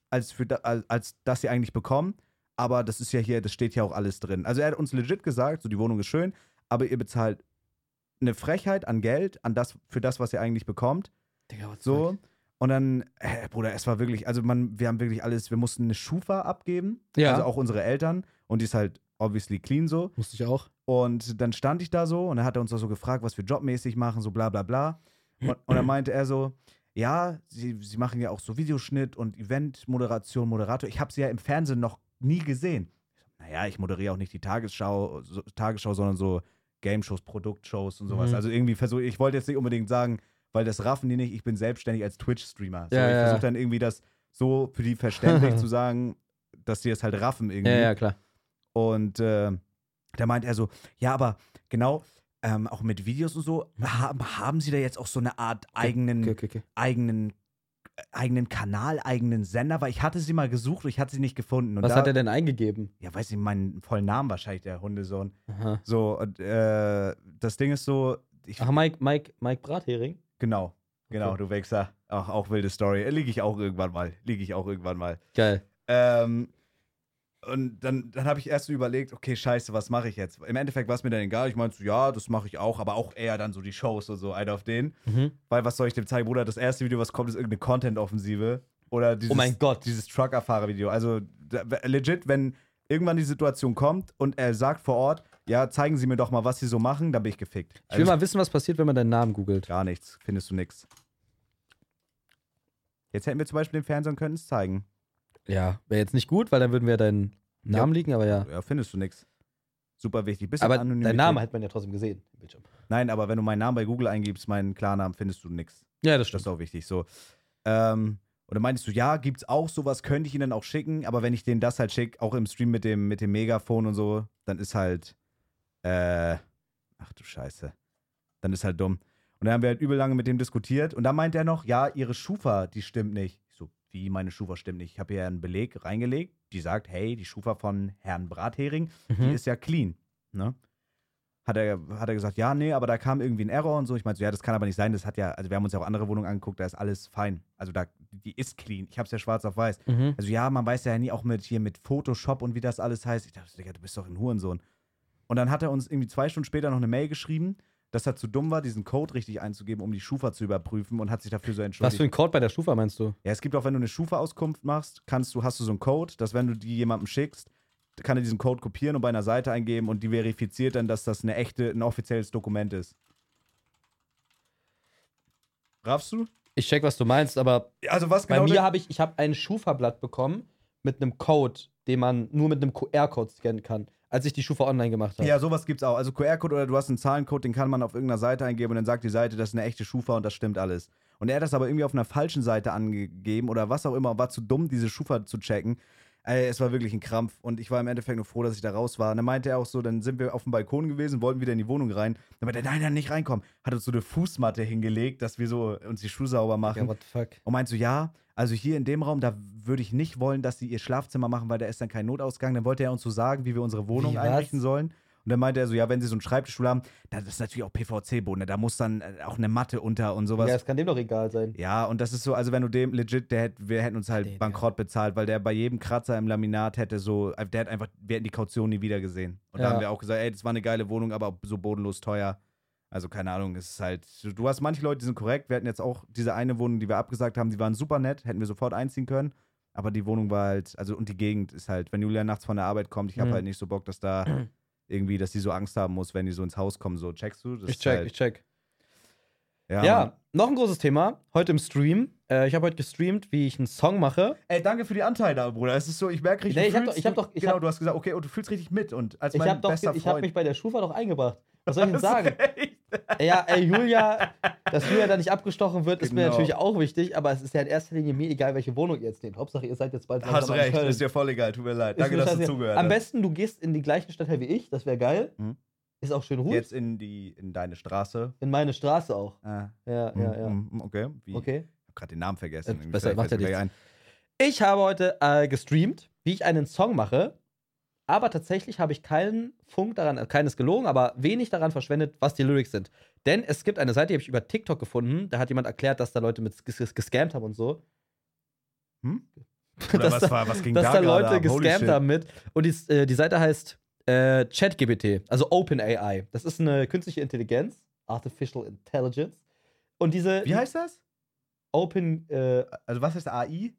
S2: als, für da, als, als das sie eigentlich bekommen. Aber das ist ja hier, das steht ja auch alles drin. Also er hat uns legit gesagt, so die Wohnung ist schön, aber ihr bezahlt eine Frechheit an Geld, an das, für das, was ihr eigentlich bekommt.
S1: Digga, was
S2: So. Und dann, äh, Bruder, es war wirklich, also man, wir haben wirklich alles, wir mussten eine Schufa abgeben,
S1: Ja.
S2: also auch unsere Eltern. Und die ist halt obviously clean so.
S1: Musste ich auch.
S2: Und dann stand ich da so und dann hat er uns auch so gefragt, was wir jobmäßig machen, so bla bla bla. Und, und dann meinte er so, ja, sie, sie machen ja auch so Videoschnitt und Eventmoderation, Moderator. Ich habe sie ja im Fernsehen noch nie gesehen. Ich so, Naja, ich moderiere auch nicht die Tagesschau, so, Tagesschau sondern so Game-Shows, Produktshows und sowas.
S1: Mhm.
S2: Also irgendwie versuche ich, wollte jetzt nicht unbedingt sagen, weil das raffen die nicht, ich bin selbstständig als Twitch-Streamer. So,
S1: Ja,
S2: ich
S1: ja.
S2: versuche dann irgendwie das so für die verständlich zu sagen, dass die es halt raffen irgendwie.
S1: Ja, ja, klar.
S2: Und äh, da meint er so, ja, aber genau, ähm, auch mit Videos und so,
S1: Mhm.
S2: haben, haben sie da jetzt auch so eine Art eigenen,
S1: Okay, okay, okay.
S2: eigenen, äh, eigenen Kanal, eigenen Sender? Weil ich hatte sie mal gesucht und ich hatte sie nicht gefunden. Und
S1: Was
S2: da,
S1: hat er denn eingegeben?
S2: Ja, weiß ich meinen vollen Namen wahrscheinlich, der Hundesohn.
S1: Aha.
S2: So, und äh, das Ding ist so, ich,
S1: Ach, Mike, Mike, Mike Brathering?
S2: genau, genau,
S1: Okay.
S2: du Wechser. Ach, auch wilde Story. Liege ich auch irgendwann mal. Liege ich auch irgendwann mal.
S1: Geil.
S2: Ähm, und dann, dann habe ich erst so überlegt, okay, scheiße, was mache ich jetzt? Im Endeffekt war es mir dann egal. Ich meinte so, ja, das mache ich auch, aber auch eher dann so die Shows und so, einer auf den.
S1: Mhm.
S2: Weil was soll ich dem zeigen, Bruder? Das erste Video, was kommt, ist irgendeine Content-Offensive. Oder dieses,
S1: Oh mein Gott.
S2: dieses Trucker-Fahrer-Video. Also da, w- legit, wenn irgendwann die Situation kommt und er sagt vor Ort, ja, zeigen Sie mir doch mal, was Sie so machen, dann bin ich gefickt. Also,
S1: Ich will mal wissen, was passiert, wenn man deinen Namen googelt.
S2: gar nichts, findest du nix. Jetzt hätten wir zum Beispiel den Fernseher und könnten es zeigen.
S1: Ja, wäre jetzt nicht gut, weil dann würden wir deinen Namen liegen, aber ja.
S2: Ja, findest du nix. Super wichtig. Bisschen
S1: Aber
S2: Anonymität.
S1: deinen Namen hat man ja trotzdem gesehen im Bildschirm.
S2: Nein, aber wenn du meinen Namen bei Google eingibst, meinen Klarnamen, findest du nix.
S1: Ja, das
S2: Das ist auch wichtig. So. Ähm, Und dann meintest du, ja, gibt's auch sowas, könnte ich ihnen dann auch schicken, aber wenn ich denen das halt schicke, auch im Stream mit dem, mit dem Megafon und so, dann ist halt, äh, ach du Scheiße, dann ist halt dumm. Und dann haben wir halt übel lange mit dem diskutiert und dann meint er noch, ja, ihre Schufa, die stimmt nicht. Ich so, wie meine Schufa stimmt nicht? Ich habe hier einen Beleg reingelegt, die sagt, hey, die Schufa von Herrn Brathering,
S1: Mhm, Hm?
S2: die ist ja clean, ne? Hat er, hat er gesagt, ja, nee, aber da kam irgendwie ein Error und so. Ich meinte so, ja, das kann aber nicht sein. Das hat ja, also wir haben uns ja auch andere Wohnungen angeguckt, da ist alles fein. Also da, die ist clean. Ich hab's ja schwarz auf weiß.
S1: Mhm.
S2: Also ja, man weiß ja nie auch mit hier mit Photoshop und wie das alles heißt. Ich dachte, Digga, du bist doch ein Hurensohn. Und dann hat er uns irgendwie zwei Stunden später noch eine Mail geschrieben, dass er zu dumm war, diesen Code richtig einzugeben, um die Schufa zu überprüfen und hat sich dafür so
S1: Was
S2: entschuldigt.
S1: für ein Code bei der Schufa meinst du?
S2: Ja, es gibt auch, wenn du eine Schufa-Auskunft machst, kannst du, hast du so einen Code, dass wenn du die jemandem schickst, kann er diesen Code kopieren und bei einer Seite eingeben und die verifiziert dann, dass das eine echte, ein offizielles Dokument ist. Raffst du?
S1: Ich check, was du meinst, aber
S2: Also was
S1: bei
S2: genau?
S1: mir habe ich, ich habe ein Schufa-Blatt bekommen mit einem Code, den man nur mit einem QR-Code scannen kann, als ich die Schufa online gemacht habe.
S2: ja, sowas gibt's auch. Also QR-Code oder du hast einen Zahlencode, den kann man auf irgendeiner Seite eingeben und dann sagt die Seite, das ist eine echte Schufa und das stimmt alles. Und er hat das aber irgendwie auf einer falschen Seite angegeben oder was auch immer, war zu dumm, diese Schufa zu checken. Ey, es war wirklich ein Krampf und ich war im Endeffekt nur froh, dass ich da raus war. Und dann meinte er auch so, dann sind wir auf dem Balkon gewesen, wollten wieder in die Wohnung rein. Dann meinte er, nein, nein, nicht reinkommen. Hat uns so eine Fußmatte hingelegt, dass wir so uns die Schuhe sauber machen.
S1: Ja, what the fuck.
S2: Und meinst du, ja, also hier in dem Raum, da würde ich nicht wollen, dass sie ihr Schlafzimmer machen, weil da ist dann kein Notausgang. Dann wollte er uns so sagen, wie wir unsere Wohnung
S1: Wie, was?
S2: einrichten sollen. Und dann meinte er so, ja, wenn sie so einen Schreibtischstuhl haben, da- das ist natürlich auch PVC-Boden, da muss dann äh, auch eine Matte unter und sowas.
S1: Ja, es kann dem doch egal sein.
S2: Ja, und das ist so, also wenn du dem legit, der hätt, wir hätten uns halt
S1: Digga.
S2: bankrott bezahlt, weil der bei jedem Kratzer im Laminat hätte so, äh, der hätte einfach, wir hätten die Kaution nie wieder gesehen. Und
S1: Ja.
S2: da haben wir auch gesagt, ey, das war eine geile Wohnung, aber so bodenlos teuer. Also keine Ahnung, es ist halt, du hast manche Leute, die sind korrekt. Wir hatten jetzt auch diese eine Wohnung, die wir abgesagt haben, die waren super nett, hätten wir sofort einziehen können. Aber die Wohnung war halt, also und die Gegend ist halt, wenn Julia nachts von der Arbeit kommt, ich habe
S1: Mhm.
S2: halt nicht so Bock, dass da irgendwie, dass die so Angst haben muss, wenn die so ins Haus kommen. So, checkst du? Das
S1: Ich
S2: ist
S1: check,
S2: halt-
S1: ich check.
S2: ja.
S1: Ja,
S2: Mann.
S1: noch ein großes Thema. Heute im Stream. Äh, ich habe heute gestreamt, wie ich einen Song mache.
S2: Ey, danke für die Anteile, Bruder. Es ist so, ich merke richtig,
S1: Nee,
S2: du
S1: ich hab
S2: fühlst-
S1: doch- ich hab doch- ich
S2: genau,
S1: hab-
S2: du hast gesagt, okay, und du fühlst richtig mit und als
S1: Ich
S2: mein
S1: habe doch,
S2: bester
S1: ich habe
S2: Freund.
S1: mich bei der Schufa doch eingebracht. Was soll ich denn
S2: Das
S1: sagen?
S2: ist echt-
S1: Ey, Ja, ey, Julia, dass Julia da nicht abgestochen wird, ist mir
S2: Genau.
S1: natürlich auch wichtig, aber es ist ja in erster Linie mir egal, welche Wohnung ihr jetzt nehmt. Hauptsache, ihr seid jetzt bald
S2: Hast
S1: langsam in
S2: recht,
S1: Köln.
S2: ist dir voll egal, tut mir leid.
S1: Ist
S2: Danke,
S1: mir
S2: dass du
S1: scheißegal.
S2: zugehört
S1: Am
S2: hast.
S1: besten, du gehst in den gleichen Stadtteil wie ich, das wäre geil.
S2: Mhm.
S1: Ist auch schön ruhig.
S2: Jetzt in, die, in deine Straße.
S1: In meine Straße auch.
S2: Ah,
S1: Ja,
S2: mm,
S1: ja, ja.
S2: mm, Okay, wie?
S1: Okay.
S2: Ich hab gerade den Namen vergessen.
S1: Äh, besser,
S2: Fällt-
S1: macht ja
S2: fällt mir
S1: nichts. Ich habe heute äh, gestreamt, wie ich einen Song mache, aber tatsächlich habe ich keinen Funk daran, äh, keines gelogen, aber wenig daran verschwendet, was die Lyrics sind. Denn es gibt eine Seite, die habe ich über TikTok gefunden, da hat jemand erklärt, dass da Leute mit ges ges gescammt haben und so.
S2: Hm?
S1: Dass
S2: Oder
S1: da-
S2: was, war, was ging
S1: dass da,
S2: gerade
S1: Leute
S2: ab? Holy
S1: gescammt
S2: shit.
S1: haben mit. Und die, äh, die Seite heißt äh, ChatGPT, also OpenAI. Das ist eine künstliche Intelligenz, Artificial Intelligence. Und diese
S2: Wie heißt das?
S1: Open äh,
S2: Also, was heißt AI?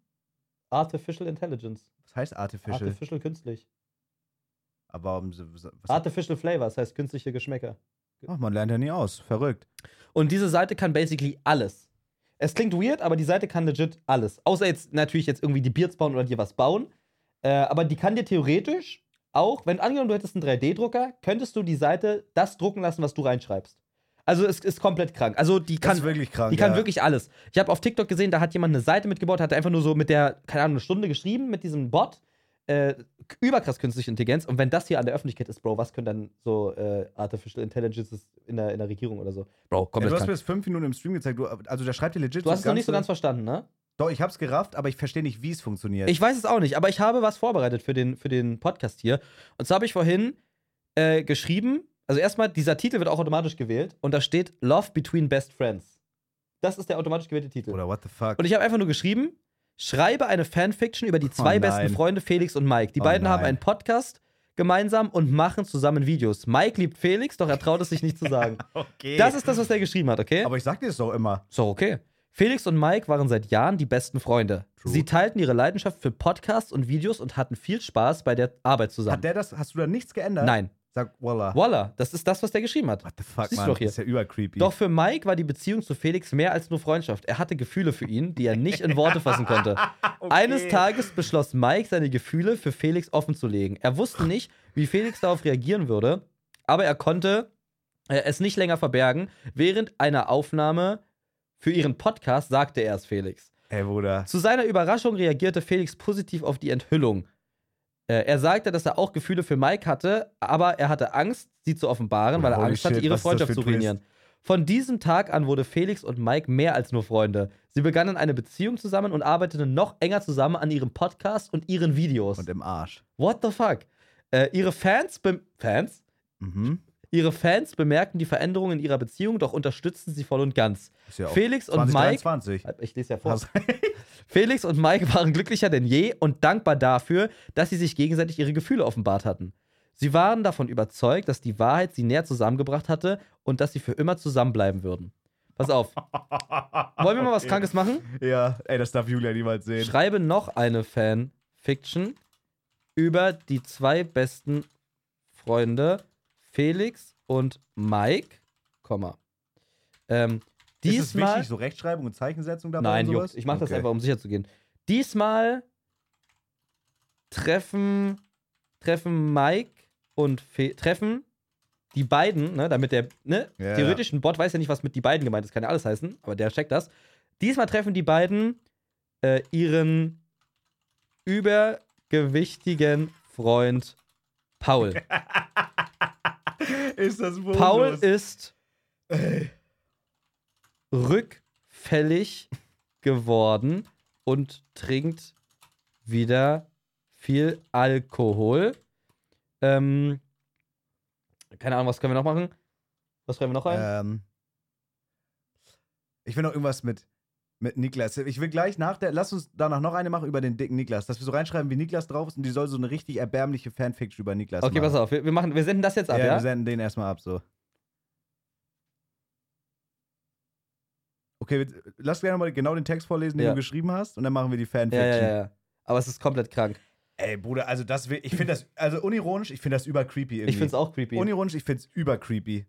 S1: Artificial Intelligence,
S2: Was heißt Artificial?
S1: Artificial künstlich,
S2: Aber warum. so- so- Was
S1: Artificial Flavors heißt künstliche Geschmäcker.
S2: Ach, man lernt ja nie aus. Verrückt.
S1: Und diese Seite kann basically alles. Es klingt weird, aber die Seite kann legit alles. Außer jetzt natürlich jetzt irgendwie die Beards bauen oder dir was bauen. Äh, aber die kann dir theoretisch auch, wenn angenommen du hättest einen 3D-Drucker, könntest du die Seite das drucken lassen, was du reinschreibst. Also es ist komplett krank. Also die
S2: Das
S1: kann,
S2: ist wirklich krank.
S1: die kann
S2: ja.
S1: wirklich alles. Ich habe auf TikTok gesehen, da hat jemand eine Seite mitgebaut, hat einfach nur so mit der, keine Ahnung, eine Stunde geschrieben mit diesem Bot. Äh, k- überkrass künstliche Intelligenz. Und wenn das hier an der Öffentlichkeit ist, Bro, was können dann so äh, Artificial Intelligences in der, in der Regierung oder so? Bro,
S2: Ja,
S1: komplett
S2: du
S1: ja,
S2: hast mir das fünf Minuten im Stream gezeigt. Du, also, da schreibt ihr legit
S1: Du hast es noch nicht so
S2: ganze-
S1: ganz verstanden, ne?
S2: Doch, ich hab's gerafft, aber ich verstehe nicht, wie es funktioniert.
S1: Ich weiß es auch nicht, aber ich habe was vorbereitet für den, für den Podcast hier. Und zwar habe ich vorhin äh, geschrieben, also erstmal, dieser Titel wird auch automatisch gewählt und da steht Love Between Best Friends. Das ist der automatisch gewählte Titel.
S2: Oder what the fuck?
S1: Und ich habe einfach nur geschrieben, schreibe eine Fanfiction über die zwei
S2: Oh nein.
S1: besten Freunde Felix und Mike. Die
S2: Oh
S1: beiden haben
S2: nein.
S1: einen Podcast gemeinsam und machen zusammen Videos. Mike liebt Felix, doch er traut es sich nicht zu sagen.
S2: okay.
S1: Das ist das, was er geschrieben hat, okay?
S2: aber ich sag dir das doch immer.
S1: So, okay. Felix und Mike waren seit Jahren die besten Freunde.
S2: True.
S1: Sie teilten ihre Leidenschaft für Podcasts und Videos und hatten viel Spaß bei der Arbeit zusammen.
S2: Hat der das, hast du da nichts geändert?
S1: Nein.
S2: Sag Walla.
S1: Voila, das ist das, was der geschrieben hat.
S2: What the fuck,
S1: Siehst du
S2: Mann?
S1: doch hier.
S2: Ist ja übercreepy.
S1: Doch für Mike war die Beziehung zu Felix mehr als nur Freundschaft. Er hatte Gefühle für ihn, die er nicht in Worte fassen konnte. Eines Tages beschloss Mike, seine Gefühle für Felix offen zu legen. Er wusste nicht, wie Felix darauf reagieren würde, aber er konnte äh, es nicht länger verbergen. Während einer Aufnahme für ihren Podcast sagte er es Felix.
S2: Ey, Bruder.
S1: Zu seiner Überraschung reagierte Felix positiv auf die Enthüllung. Äh, Er sagte, dass er auch Gefühle für Mike hatte, aber er hatte Angst, sie zu offenbaren, weil er
S2: Holy
S1: Angst hatte,
S2: shit,
S1: ihre
S2: was ist das
S1: Freundschaft
S2: für
S1: zu
S2: ein Twist?
S1: ruinieren. Von diesem Tag an wurde Felix und Mike mehr als nur Freunde. Sie begannen eine Beziehung zusammen und arbeiteten noch enger zusammen an ihrem Podcast und ihren Videos.
S2: Und im Arsch.
S1: What the fuck? Äh, ihre Fans, bem Fans?
S2: Mhm.
S1: Ihre Fans bemerkten die Veränderungen in ihrer Beziehung, doch unterstützten sie voll und ganz.
S2: Ist ja auch
S1: Felix und
S2: 2023.
S1: Mike. Ich lese ja vor.
S2: Hast-
S1: Felix und Mike waren glücklicher denn je und dankbar dafür, dass sie sich gegenseitig ihre Gefühle offenbart hatten. Sie waren davon überzeugt, dass die Wahrheit sie näher zusammengebracht hatte und dass sie für immer zusammenbleiben würden. Pass auf. Wollen wir mal was
S2: Okay.
S1: Krankes machen?
S2: Ja, ey, das darf Julia niemals sehen.
S1: Schreibe noch eine Fanfiction über die zwei besten Freunde Felix und Mike, Komma. Ähm,
S2: ist es
S1: diesmal.
S2: wichtig, so Rechtschreibung und Zeichensetzung dabei
S1: Nein,
S2: und sowas?
S1: juckt. Ich mache das
S2: Okay.
S1: einfach, um sicher zu gehen. Diesmal treffen treffen Mike und Fe treffen die beiden, ne, damit der ne,
S2: Ja,
S1: theoretisch ein Bot weiß ja nicht, was mit die beiden gemeint ist, kann ja alles heißen, aber der checkt das. Diesmal treffen die beiden äh, ihren übergewichtigen Freund Paul.
S2: Ist das wohl
S1: Paul ist rückfällig geworden und trinkt wieder viel Alkohol. Ähm, keine Ahnung, was können wir noch machen? Was schreiben wir noch ein?
S2: Ähm, ich will noch irgendwas mit, mit Niklas. Ich will gleich nach der. Lass uns danach noch eine machen über den dicken Niklas. Dass wir so reinschreiben, wie Niklas drauf ist und die soll so eine richtig erbärmliche Fanfiction über Niklas
S1: okay, pass
S2: machen.
S1: auf, wir, wir, machen, wir senden das jetzt ab,
S2: Ja,
S1: ja?
S2: wir senden den erstmal ab, so. Okay, wir- lass gerne mal genau den Text vorlesen, den
S1: Ja.
S2: du geschrieben hast, und dann machen wir die
S1: ja,
S2: Fanfiction.
S1: ja, ja, ja. Aber es ist komplett krank.
S2: Ey, Bruder, also das, will- ich finde das, also unironisch, ich finde das über creepy irgendwie.
S1: Ich find's auch creepy.
S2: Unironisch, ich find's über creepy.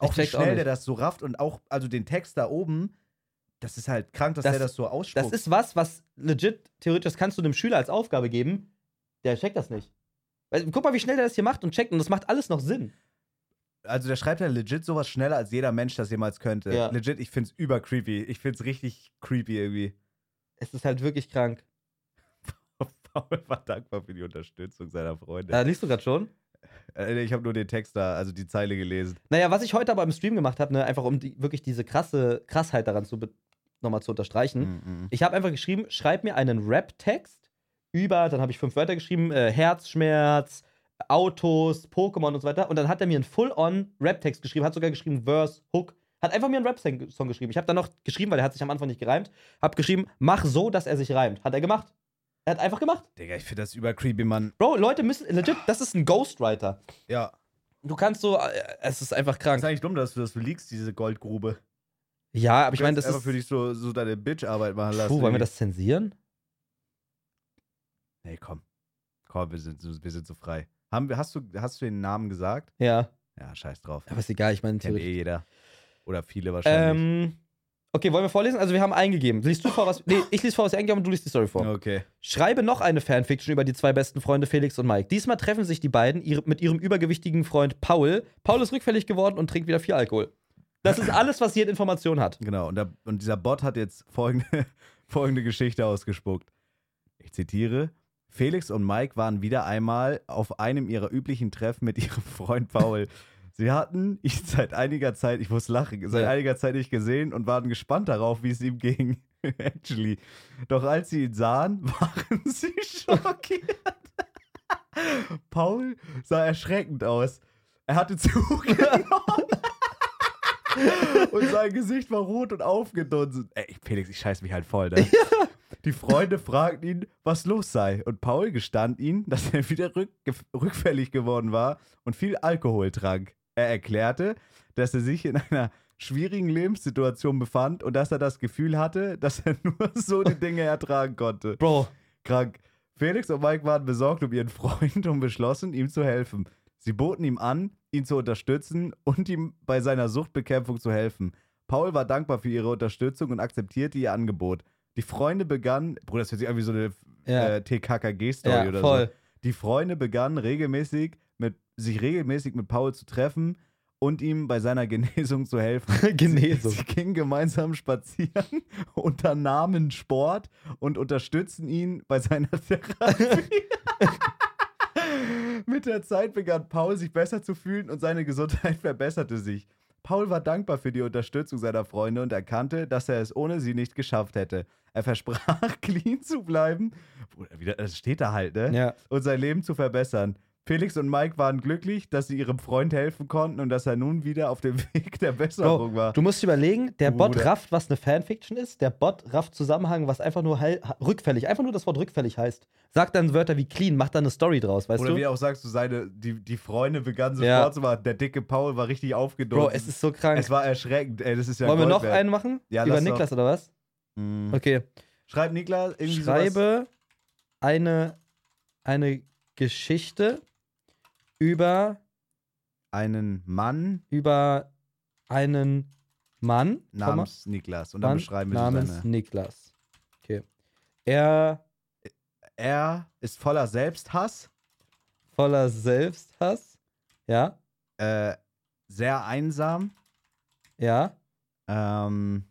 S2: Auch wie
S1: check's auch
S2: schnell
S1: nicht.
S2: der das so rafft und auch, also den Text da oben, das ist halt krank, dass
S1: Das-
S2: der das so ausspuckt.
S1: das ist was, was legit, theoretisch, das kannst du einem Schüler als Aufgabe geben, der checkt das nicht. Weil, guck mal, wie schnell der das hier macht und checkt und das macht alles noch Sinn.
S2: also der schreibt ja legit sowas schneller, als jeder Mensch das jemals könnte.
S1: Ja.
S2: Legit, ich find's über creepy. Ich find's richtig creepy irgendwie.
S1: Es ist halt wirklich krank.
S2: Paul war dankbar für die Unterstützung seiner Freunde.
S1: Da liest du gerade schon.
S2: Äh, ich habe nur den Text da, also die Zeile gelesen.
S1: Naja, was ich heute aber im Stream gemacht habe, ne, einfach um die, wirklich diese krasse Krassheit daran zu be- nochmal zu unterstreichen.
S2: Mhm.
S1: Ich habe einfach geschrieben, schreib mir einen Rap-Text über, dann habe ich fünf Wörter geschrieben, äh, Herzschmerz, Autos, Pokémon und so weiter. Und dann hat er mir einen Full-on-Rap-Text geschrieben, hat sogar geschrieben Verse, Hook. Hat einfach mir einen Rap-Song Song geschrieben. Ich habe dann noch geschrieben, weil er hat sich am Anfang nicht gereimt. Hab geschrieben, mach so, dass er sich reimt. Hat er gemacht. Er hat einfach gemacht.
S2: Digga, ich find das über creepy, Mann.
S1: Bro, Leute müssen, legit, das ist ein Ghostwriter.
S2: Ja.
S1: Du kannst so, äh, es ist einfach
S2: Ist
S1: krank.
S2: eigentlich dumm, dass du das leakst, diese Goldgrube.
S1: Ja, aber ich meine, das
S2: einfach
S1: ist.
S2: für dich so, so deine Bitch-Arbeit machen lassen.
S1: Puh, wollen wir das zensieren?
S2: Nee, komm. Komm, wir sind, so- wir sind so frei. Haben wir, hast, du, hast du den Namen gesagt?
S1: Ja,
S2: Ja, scheiß drauf.
S1: aber ist egal, ich meine
S2: Kennt
S1: theoretisch.
S2: eh jeder. Oder viele wahrscheinlich.
S1: Ähm, okay, wollen wir vorlesen? Also wir haben eingegeben. Liest du vor, was. Nee, ich lese vor, was wir eingegeben haben und du liest die Story vor.
S2: okay.
S1: Schreibe noch eine Fanfiction über die zwei besten Freunde Felix und Mike. Diesmal treffen sich die beiden ihre, mit ihrem übergewichtigen Freund Paul. Paul ist rückfällig geworden und trinkt wieder viel Alkohol. Das ist alles, was jede Information hat.
S2: Genau. Und, da, und dieser Bot hat jetzt folgende, folgende Geschichte ausgespuckt. Ich zitiere. Felix und Mike waren wieder einmal auf einem ihrer üblichen Treffen mit ihrem Freund Paul. Sie hatten ihn seit einiger Zeit, ich muss lachen, seit
S1: Ja.
S2: einiger Zeit nicht gesehen und waren gespannt darauf, wie es ihm ging. Actually. Doch als sie ihn sahen, waren sie schockiert. Paul sah erschreckend aus. Er hatte zugenommen. und sein Gesicht war rot und aufgedunsen. Ey, Felix, ich scheiß mich halt voll, ne? Die Freunde fragten ihn, was los sei, und Paul gestand ihnen, dass er wieder rück, gef- rückfällig geworden war und viel Alkohol trank. Er erklärte, dass er sich in einer schwierigen Lebenssituation befand und dass er das Gefühl hatte, dass er nur so die Dinge ertragen konnte.
S1: Bro,
S2: Krank. Felix und Mike waren besorgt um ihren Freund und beschlossen, ihm zu helfen. Sie boten ihm an, ihn zu unterstützen und ihm bei seiner Suchtbekämpfung zu helfen. Paul war dankbar für ihre Unterstützung und akzeptierte ihr Angebot. Die Freunde begannen, Bruder, das hört sich an wie so eine
S1: Ja.
S2: äh, TKKG-Story
S1: ja,
S2: oder so.
S1: voll.
S2: Die Freunde begannen regelmäßig mit, sich regelmäßig mit Paul zu treffen und ihm bei seiner Genesung zu helfen.
S1: Genesung.
S2: Sie gingen gemeinsam spazieren, unternahmen Sport und unterstützen ihn bei seiner Therapie. Mit der Zeit begann Paul sich besser zu fühlen und seine Gesundheit verbesserte sich. Paul war dankbar für die Unterstützung seiner Freunde und erkannte, dass er es ohne sie nicht geschafft hätte. Er versprach, clean zu bleiben. Bruder, wieder- Das steht da halt, ne?
S1: Ja.
S2: und sein Leben zu verbessern. Felix und Mike waren glücklich, dass sie ihrem Freund helfen konnten und dass er nun wieder auf dem Weg der Besserung war.
S1: Du musst überlegen, der Bot
S2: Bruder.
S1: rafft, was eine Fanfiction ist, der Bot rafft Zusammenhang, was einfach nur heil, rückfällig, einfach nur das Wort rückfällig heißt. Sagt dann Wörter wie clean, macht dann eine Story draus, weißt
S2: Oder wie
S1: du?
S2: auch sagst du, seine, die, die Freunde begannen sofort
S1: Ja.
S2: zu machen. Der dicke Paul war richtig aufgedrückt.
S1: Bro, es ist so krank.
S2: es war erschreckend. Ey, das ist ja
S1: Wollen wir
S2: Gold
S1: noch
S2: wert.
S1: einen machen?
S2: Ja,
S1: Über
S2: lass doch.
S1: Niklas oder was?
S2: Mhm.
S1: Okay.
S2: Schreib Niklas irgendwie sowas.
S1: Schreibe eine, eine Geschichte über,
S2: einen Mann
S1: über einen Mann Komma,
S2: namens Niklas und dann
S1: Mann
S2: beschreiben wir so
S1: namens
S2: seine.
S1: Niklas. Okay. Er
S2: Er ist voller Selbsthass,
S1: voller Selbsthass. Ja,
S2: äh, sehr einsam,
S1: ja.
S2: Ähm,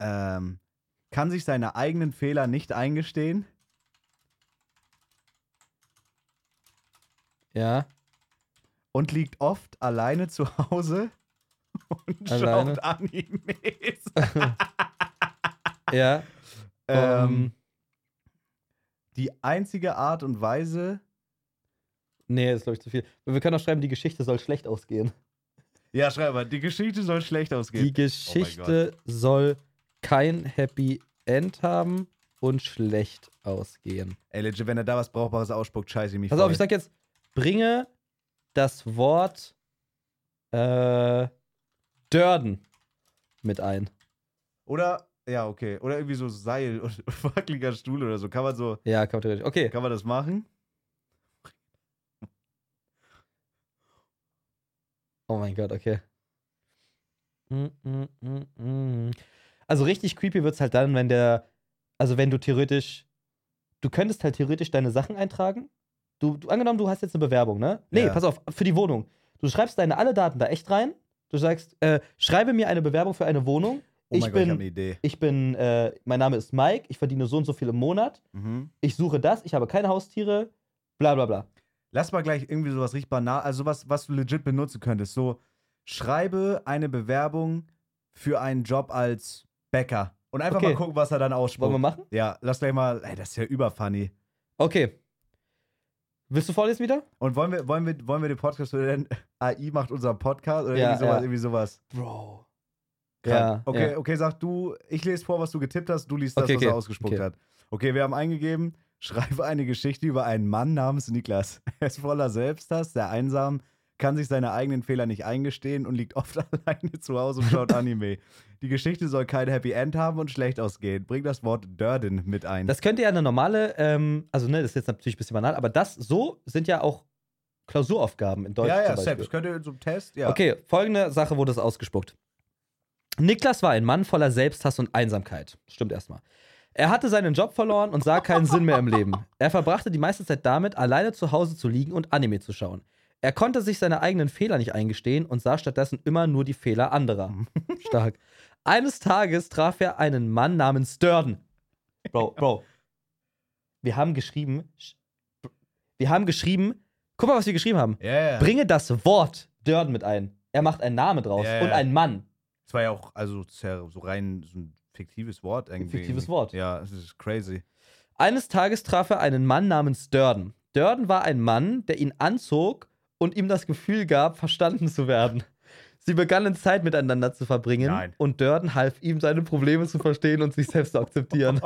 S2: ähm, kann sich seine eigenen Fehler nicht eingestehen.
S1: Ja,
S2: und liegt oft alleine zu Hause und
S1: Alleine?
S2: schaut Animes.
S1: ja.
S2: ähm,
S1: ähm,
S2: die einzige Art und Weise.
S1: nee, das ist, glaube ich, zu viel. Wir können auch schreiben, die Geschichte soll schlecht ausgehen.
S2: Ja, schreib mal, die Geschichte soll schlecht
S1: Die
S2: ausgehen.
S1: Geschichte soll kein Happy End haben und schlecht ausgehen.
S2: Ey, legit, wenn er da was Brauchbares ausspuckt, scheiße ich mich
S1: Pass
S2: voll.
S1: auf, ich sag jetzt, bringe das Wort äh, Dörden mit ein.
S2: Oder, ja, okay. Oder irgendwie so Seil und wackeliger Stuhl oder so. Kann man so,
S1: Ja, kann man theoretisch. Okay.
S2: kann man das machen?
S1: Oh mein Gott, okay. Mm, mm, mm, mm. Also richtig creepy wird's halt dann, wenn der, also wenn du theoretisch, du könntest halt theoretisch deine Sachen eintragen. Du, du angenommen, du hast jetzt eine Bewerbung, ne? Nee,
S2: Ja.
S1: pass auf, für die Wohnung. Du schreibst deine alle Daten da echt rein. Du sagst, äh, schreibe mir eine Bewerbung für eine Wohnung.
S2: Oh
S1: Ich
S2: mein Gott, ich
S1: bin-
S2: habe eine Idee.
S1: Ich bin, äh, mein Name ist Mike, ich verdiene so und so viel im Monat.
S2: Mhm.
S1: Ich suche das, ich habe keine Haustiere, bla bla bla.
S2: Lass mal gleich irgendwie sowas richtig banal, also was, was du legit benutzen könntest. So, schreibe eine Bewerbung für einen Job als Bäcker. Und einfach
S1: Okay.
S2: mal gucken, was er dann
S1: Wollen wir
S2: ausspuckt.
S1: machen?
S2: Ja, lass gleich mal. Ey, das ist ja überfunny.
S1: Okay. Willst du vorlesen wieder?
S2: Und wollen wir, wollen wir, wollen wir den Podcast oder denn AI macht unseren Podcast oder
S1: Ja,
S2: irgendwie sowas,
S1: ja.
S2: irgendwie sowas.
S1: Bro.
S2: Krank.
S1: Ja,
S2: okay,
S1: ja.
S2: okay, sag du, ich lese vor, was du getippt hast, du liest das,
S1: Okay,
S2: was er
S1: okay,
S2: ausgespuckt
S1: okay.
S2: hat. Okay, wir haben eingegeben, schreibe eine Geschichte über einen Mann namens Niklas. Er ist voller Selbsthass, sehr einsam, kann sich seine eigenen Fehler nicht eingestehen und liegt oft alleine zu Hause und schaut Anime. Die Geschichte soll kein Happy End haben und schlecht ausgehen. Bring das Wort Durden mit ein.
S1: Das könnte ja eine normale, ähm, also ne, das ist jetzt natürlich ein bisschen banal, aber das so sind ja auch Klausuraufgaben in Deutsch.
S2: ja, ja,
S1: zum
S2: Sepp,
S1: Beispiel.
S2: das könnt ihr in so einem Test, ja.
S1: Okay, folgende Sache wurde es ausgespuckt. Niklas war ein Mann voller Selbsthass und Einsamkeit. Stimmt erstmal. Er hatte seinen Job verloren und sah keinen Sinn mehr im Leben. Er verbrachte die meiste Zeit damit, alleine zu Hause zu liegen und Anime zu schauen. Er konnte sich seine eigenen Fehler nicht eingestehen und sah stattdessen immer nur die Fehler anderer. Stark. Eines Tages traf er einen Mann namens Durden. Bro, Bro. Wir haben geschrieben. sch- Wir haben geschrieben. Guck mal, was wir geschrieben haben.
S2: Ja, ja.
S1: Bringe das Wort Dörden mit ein. Er macht einen Namen draus
S2: Ja, ja.
S1: und einen Mann.
S2: Es war ja auch, also es ist ja so rein so ein fiktives Wort irgendwie.
S1: Fiktives Wort.
S2: Ja, es ist crazy.
S1: Eines Tages traf er einen Mann namens Dörden. Dörden war ein Mann, der ihn anzog und ihm das Gefühl gab, verstanden zu werden. Sie begannen Zeit miteinander zu verbringen
S2: Nein.
S1: und Dörden half ihm, seine Probleme zu verstehen und sich selbst zu akzeptieren.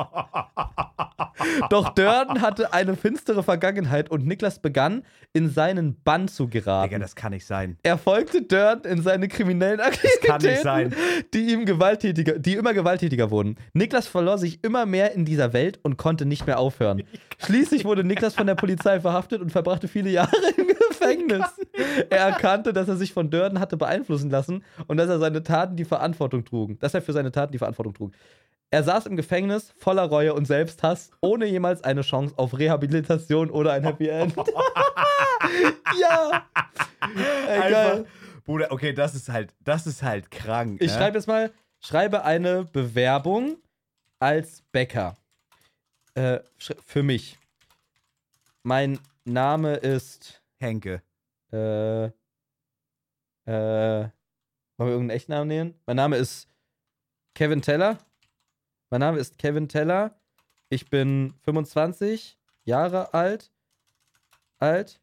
S1: Doch Dörden hatte eine finstere Vergangenheit und Niklas begann, in seinen Bann zu geraten.
S2: Digga, das kann nicht sein.
S1: Er folgte Dörden in seine kriminellen Aktivitäten,
S2: kann nicht sein.
S1: die ihm gewalttätiger, die immer gewalttätiger wurden. Niklas verlor sich immer mehr in dieser Welt und konnte nicht mehr aufhören. Schließlich wurde Niklas von der Polizei verhaftet und verbrachte viele Jahre im Gefängnis. Er erkannte, dass er sich von Dörden hatte beeinflussen lassen und dass er seine Taten die Verantwortung trugen, dass er für seine Taten die Verantwortung trug. Er saß im Gefängnis voller Reue und Selbsthass, ohne jemals eine Chance auf Rehabilitation oder ein Happy End. ja! Ey, geil.
S2: Einfach, Bruder, okay, das ist halt, das ist halt krank.
S1: Ich
S2: ne?
S1: schreibe jetzt mal, schreibe eine Bewerbung als Bäcker. Äh, sch- für mich. Mein Name ist.
S2: Henke.
S1: Äh, äh, wollen wir irgendeinen echten Namen nehmen? Mein Name ist Kevin Teller. Mein Name ist Kevin Teller. Ich bin 25 Jahre alt. Alt.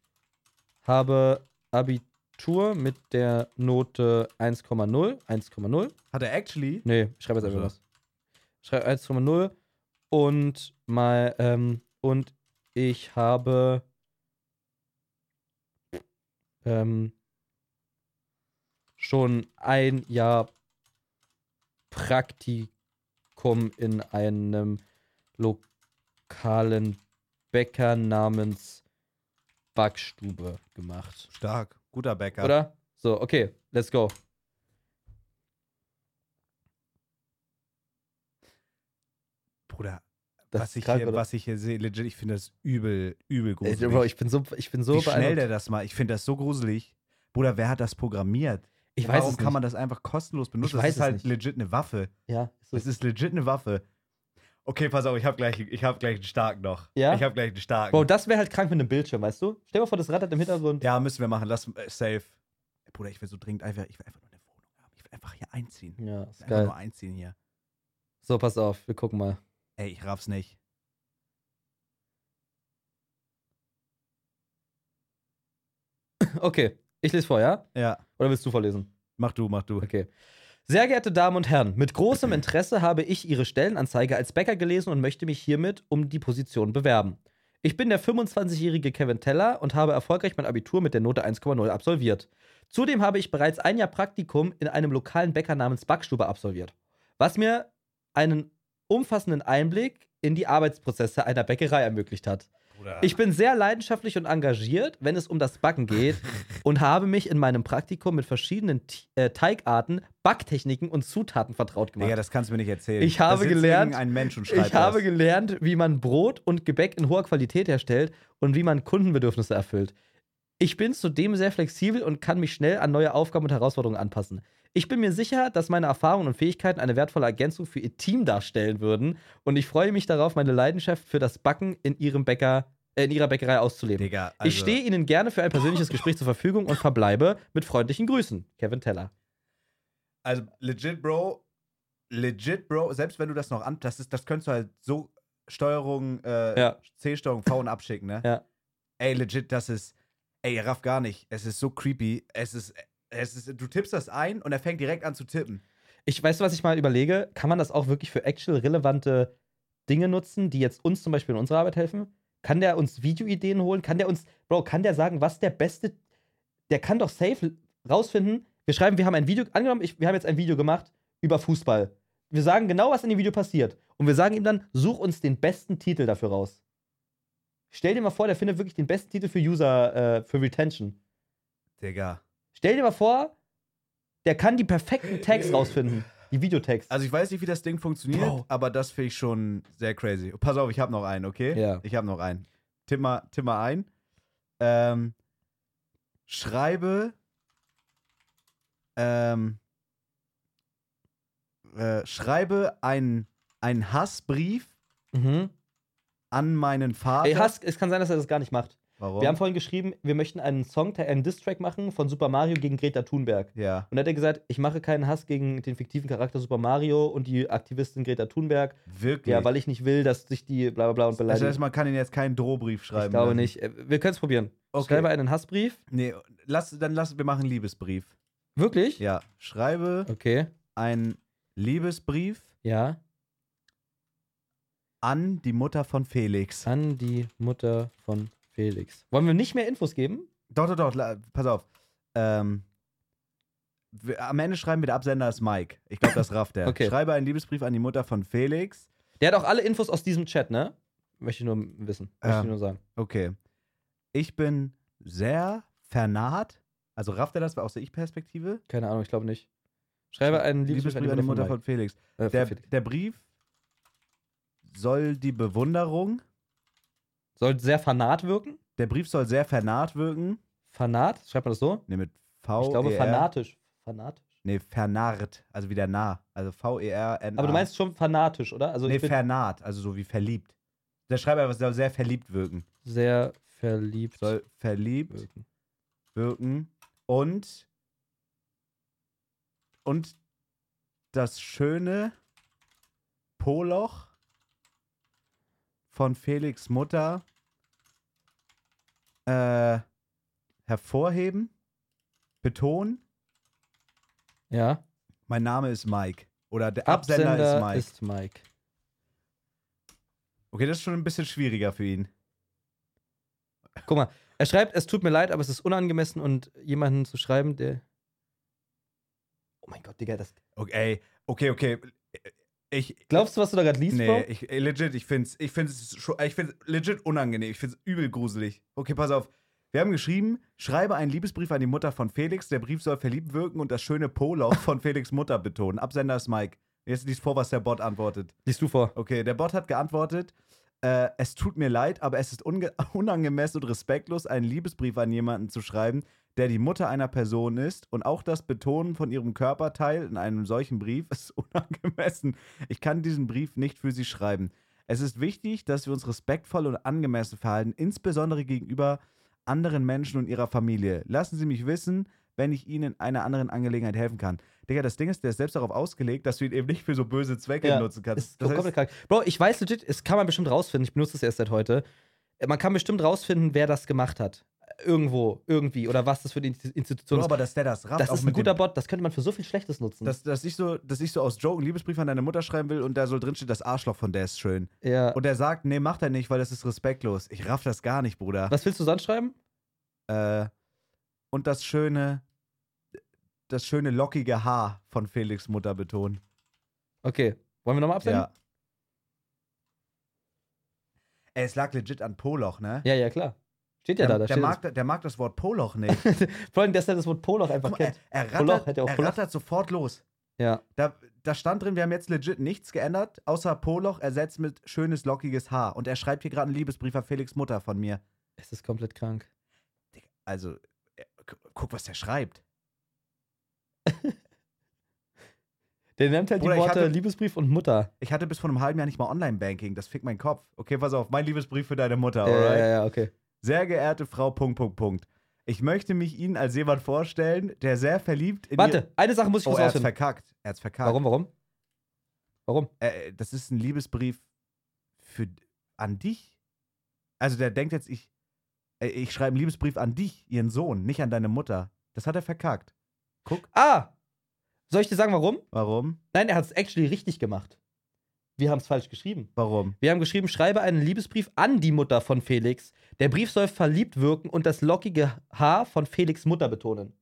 S1: Habe Abitur mit der Note 1,0. 1,0.
S2: Hat er actually?
S1: Nee, ich schreibe jetzt einfach
S2: Also.
S1: was. Ich schreibe 1,0 und mal ähm, und ich habe ähm, schon ein Jahr Praktikum in einem lokalen Bäcker namens Backstube gemacht.
S2: Stark. Guter Bäcker.
S1: Oder? So, okay, let's go.
S2: Bruder,
S1: Das
S2: was
S1: ist
S2: ich,
S1: krank,
S2: hier,
S1: oder?
S2: was ich hier sehe, legit, ich finde das übel, übel
S1: Ey,
S2: gruselig.
S1: Bro, ich bin so, ich bin so
S2: Wie schnell
S1: beeindruckt.
S2: der das mal, ich finde das so gruselig. Bruder, wer hat das programmiert?
S1: Ich weiß
S2: Warum
S1: es
S2: kann
S1: nicht.
S2: man das einfach kostenlos benutzen?
S1: Ich
S2: das
S1: weiß
S2: ist
S1: es
S2: halt
S1: nicht.
S2: legit eine Waffe.
S1: ja, so
S2: Das ist legit eine Waffe. Okay, pass auf, ich habe gleich, ich hab gleich einen starken noch.
S1: Ja?
S2: Ich habe gleich einen starken.
S1: Bro, das wäre halt krank mit einem Bildschirm, weißt du? Stell dir mal vor, das rattert im Hintergrund.
S2: ja, müssen wir machen. Lass äh, safe. Bruder, ich will so dringend einfach, ich will einfach nur eine Wohnung haben. Ich will einfach hier einziehen.
S1: Ja, ist
S2: Einfach
S1: geil.
S2: nur einziehen hier.
S1: So, pass auf, wir gucken mal.
S2: Ey, ich raff's nicht.
S1: Okay, ich lese vor, ja?
S2: Ja,
S1: Oder willst du vorlesen?
S2: mach du, mach du.
S1: Okay. Sehr geehrte Damen und Herren, mit großem Interesse habe ich Ihre Stellenanzeige als Bäcker gelesen und möchte mich hiermit um die Position bewerben. Ich bin der 25-jährige Kevin Teller und habe erfolgreich mein Abitur mit der Note 1,0 absolviert. Zudem habe ich bereits ein Jahr Praktikum in einem lokalen Bäcker namens Backstube absolviert, was mir einen umfassenden Einblick in die Arbeitsprozesse einer Bäckerei ermöglicht hat.
S2: Bruder.
S1: Ich bin sehr leidenschaftlich und engagiert, wenn es um das Backen geht und habe mich in meinem Praktikum mit verschiedenen T äh, Teigarten, Backtechniken und Zutaten vertraut gemacht.
S2: Digga, das kannst du mir nicht erzählen.
S1: Ich habe
S2: da sitzt
S1: gelernt-
S2: irgendein Mensch und schreibt
S1: ich habe
S2: das.
S1: gelernt, wie man Brot und Gebäck in hoher Qualität herstellt und wie man Kundenbedürfnisse erfüllt. Ich bin zudem sehr flexibel und kann mich schnell an neue Aufgaben und Herausforderungen anpassen. Ich bin mir sicher, dass meine Erfahrungen und Fähigkeiten eine wertvolle Ergänzung für Ihr Team darstellen würden und ich freue mich darauf, meine Leidenschaft für das Backen in Ihrem Bäcker, äh, in Ihrer Bäckerei auszuleben.
S2: Digga,
S1: ich
S2: also-
S1: stehe Ihnen gerne für ein persönliches Gespräch zur Verfügung und verbleibe mit freundlichen Grüßen. Kevin Teller.
S2: Also legit, Bro, legit, Bro, selbst wenn du das noch an, das ist, das könntest du halt so Steuerung, äh,
S1: Ja.
S2: C, Steuerung V und abschicken, ne?
S1: Ja.
S2: Ey, legit, das ist, ey, ihr rafft gar nicht. Es ist so creepy. Es ist, es ist, du tippst das ein und er fängt direkt an zu tippen.
S1: Ich weiß, was ich mal überlege. Kann man das auch wirklich für actual relevante Dinge nutzen, die jetzt uns zum Beispiel in unserer Arbeit helfen? Kann der uns Videoideen holen? Kann der uns, Bro, kann der sagen, was der beste, der kann doch safe rausfinden. Wir schreiben, wir haben ein Video, angenommen, ich, wir haben jetzt ein Video gemacht über Fußball. Wir sagen genau, was in dem Video passiert. Und wir sagen ihm dann, such uns den besten Titel dafür raus. Stell dir mal vor, der findet wirklich den besten Titel für User, äh, für Retention.
S2: Digga.
S1: Stell dir mal vor, der kann die perfekten Tags rausfinden. Die Videotags.
S2: Also ich weiß nicht, wie das Ding funktioniert,
S1: Bro.
S2: aber das finde ich schon sehr crazy. Pass auf, ich habe noch einen, okay?
S1: Ja.
S2: Ich habe noch einen. Tipp mal, tipp mal ein. Ähm, schreibe. Ähm, äh, schreibe einen, einen Hassbrief
S1: Mhm.
S2: an meinen Vater.
S1: Ey, Hass, es kann sein, dass er das gar nicht macht.
S2: Warum?
S1: Wir haben vorhin geschrieben, wir möchten einen Song, einen Diss-Track machen von Super Mario gegen Greta Thunberg.
S2: ja.
S1: Und da hat er gesagt, ich mache keinen Hass gegen den fiktiven Charakter Super Mario und die Aktivistin Greta Thunberg.
S2: Wirklich.
S1: Ja, weil ich nicht will, dass sich die bla bla bla und
S2: das
S1: beleidigt.
S2: heißt, man kann ihn jetzt keinen Drohbrief schreiben.
S1: ich glaube
S2: lassen.
S1: nicht. Äh, Wir können es probieren.
S2: Okay.
S1: Schreibe einen Hassbrief.
S2: Nee, lass, dann lass, wir machen einen Liebesbrief.
S1: Wirklich?
S2: Ja. Schreibe
S1: Okay.
S2: einen Liebesbrief
S1: Ja.
S2: an die Mutter von Felix.
S1: An die Mutter von Felix. Wollen wir nicht mehr Infos geben?
S2: Doch, doch, doch, la- pass auf. Ähm, wir, am Ende schreiben wir, der Absender ist Mike. Ich glaube, das rafft er.
S1: Okay.
S2: Schreibe einen Liebesbrief an die Mutter von Felix.
S1: Der hat auch alle Infos aus diesem Chat, ne? Möchte ich nur wissen. Möchte
S2: Ja.
S1: ich nur sagen.
S2: Okay. Ich bin sehr vernaht. Also rafft er das aus der Ich-Perspektive?
S1: Keine Ahnung, ich glaube nicht. Schreibe einen Liebesbrief an die Mutter von
S2: Felix.
S1: Mike. Äh, von
S2: Der,
S1: Felix.
S2: der Brief soll die Bewunderung,
S1: Soll sehr fanat wirken.
S2: der Brief soll sehr vernarrt wirken.
S1: Fanat, schreibt man das so?
S2: Ne, mit V.
S1: Ich glaube
S2: E R.
S1: fanatisch. Fanatisch.
S2: Nee, vernarrt. Also wieder nah. Also V-E-R-N-A.
S1: Aber du meinst schon fanatisch, oder? Also
S2: Nee,
S1: ich bin
S2: vernarrt. Also so wie verliebt. Der Schreiber einfach soll sehr verliebt wirken.
S1: sehr verliebt
S2: Soll verliebt
S1: wirken.
S2: wirken. Und. Und das schöne Poloch von Felix Mutter äh, hervorheben, betonen.
S1: Ja.
S2: Mein Name ist Mike. Oder der Absender,
S1: Absender,
S2: ist Mike.
S1: ist Mike.
S2: okay, das ist schon ein bisschen schwieriger für ihn.
S1: Guck mal, er schreibt, es tut mir leid, aber es ist unangemessen und jemanden zu schreiben, der. Oh mein Gott, Digga, das.
S2: Okay, okay, okay. Ich.
S1: Glaubst du, was du da gerade liest,
S2: Nee,
S1: Bro?
S2: ich, ey, legit, ich find's, ich find's, scho- äh, ich find's legit unangenehm. Ich find's übel gruselig. Okay, pass auf. Wir haben geschrieben, schreibe einen Liebesbrief an die Mutter von Felix. Der Brief soll verliebt wirken und das schöne Polo von Felix Mutter betonen. Absender ist Mike. Jetzt liest vor, was der Bot antwortet.
S1: Liest du vor.
S2: Okay, der Bot hat geantwortet, äh, es tut mir leid, aber es ist unge unangemessen und respektlos, einen Liebesbrief an jemanden zu schreiben, der die Mutter einer Person ist und auch das Betonen von ihrem Körperteil in einem solchen Brief ist unangemessen. Ich kann diesen Brief nicht für sie schreiben. Es ist wichtig, dass wir uns respektvoll und angemessen verhalten, insbesondere gegenüber anderen Menschen und ihrer Familie. Lassen Sie mich wissen, wenn ich Ihnen in einer anderen Angelegenheit helfen kann. Digga, das Ding ist, der ist selbst darauf ausgelegt, dass du ihn eben nicht für so böse Zwecke
S1: Ja,
S2: nutzen kannst.
S1: Ist komplett krank. Bro, ich weiß legit, es kann man bestimmt rausfinden. Ich benutze es erst seit heute. Äh, Man kann bestimmt rausfinden, wer das gemacht hat. Irgendwo, irgendwie. Oder was das für die Insti- Institution
S2: Bro,
S1: ist.
S2: aber dass der das rafft,
S1: Das
S2: auch
S1: ist ein
S2: mit
S1: guter
S2: dem,
S1: Bot, das könnte man für so viel Schlechtes nutzen.
S2: dass, dass, ich so, dass ich so aus Joke einen Liebesbrief an deine Mutter schreiben will und da soll drinstehen, das Arschloch von der ist schön.
S1: ja.
S2: Und er sagt, nee, macht er nicht, weil das ist respektlos. Ich raff das gar nicht, Bruder.
S1: Was willst du sonst schreiben?
S2: Äh, und das schöne, das schöne lockige Haar von Felix Mutter betonen.
S1: Okay. Wollen wir nochmal absenden?
S2: Ja. Ey, es lag legit an Poloch, ne?
S1: Ja, ja, klar. Steht ja
S2: der,
S1: da. da
S2: der,
S1: steht
S2: mag, der mag das Wort Poloch nicht.
S1: das. Vor allem, dass er das Wort Poloch einfach
S2: Guck mal,
S1: kennt.
S2: er, er,
S1: Poloch,
S2: rattert,
S1: hätte auch
S2: er
S1: Poloch.
S2: rattert sofort los.
S1: Ja.
S2: Da, da stand drin, wir haben jetzt legit nichts geändert, außer Poloch ersetzt mit schönes, lockiges Haar. Und er schreibt hier gerade einen Liebesbrief an Felix Mutter von mir.
S1: Es ist komplett krank.
S2: Digga, Also, äh, gu- guck, was der schreibt.
S1: Der nennt halt
S2: Bruder,
S1: die
S2: ich
S1: Worte
S2: hatte-
S1: Liebesbrief und Mutter.
S2: Ich hatte bis vor einem halben Jahr nicht mal Online-Banking. Das fickt meinen Kopf. Okay, pass auf, mein Liebesbrief für deine Mutter,
S1: ja, ja,
S2: alright?
S1: ja, ja, okay.
S2: Sehr geehrte Frau, Punkt, Punkt, Punkt. Ich möchte mich Ihnen als jemand vorstellen, der sehr verliebt in
S1: Warte, eine Sache muss ich
S2: Ihr oh,
S1: kurz
S2: er hat's
S1: rausfinden.
S2: verkackt. Er hat's verkackt.
S1: Warum, warum? Warum?
S2: Äh, das ist ein Liebesbrief für an dich. Also der denkt jetzt, ich, äh, ich schreibe einen Liebesbrief an dich, ihren Sohn, nicht an deine Mutter. Das hat er verkackt. Guck,
S1: Ah! Soll ich dir sagen, warum?
S2: warum?
S1: Nein, er hat es actually richtig gemacht. Wir haben es falsch geschrieben.
S2: Warum?
S1: Wir haben geschrieben, schreibe einen Liebesbrief an die Mutter von Felix. Der Brief soll verliebt wirken und das lockige Haar von Felix Mutter betonen.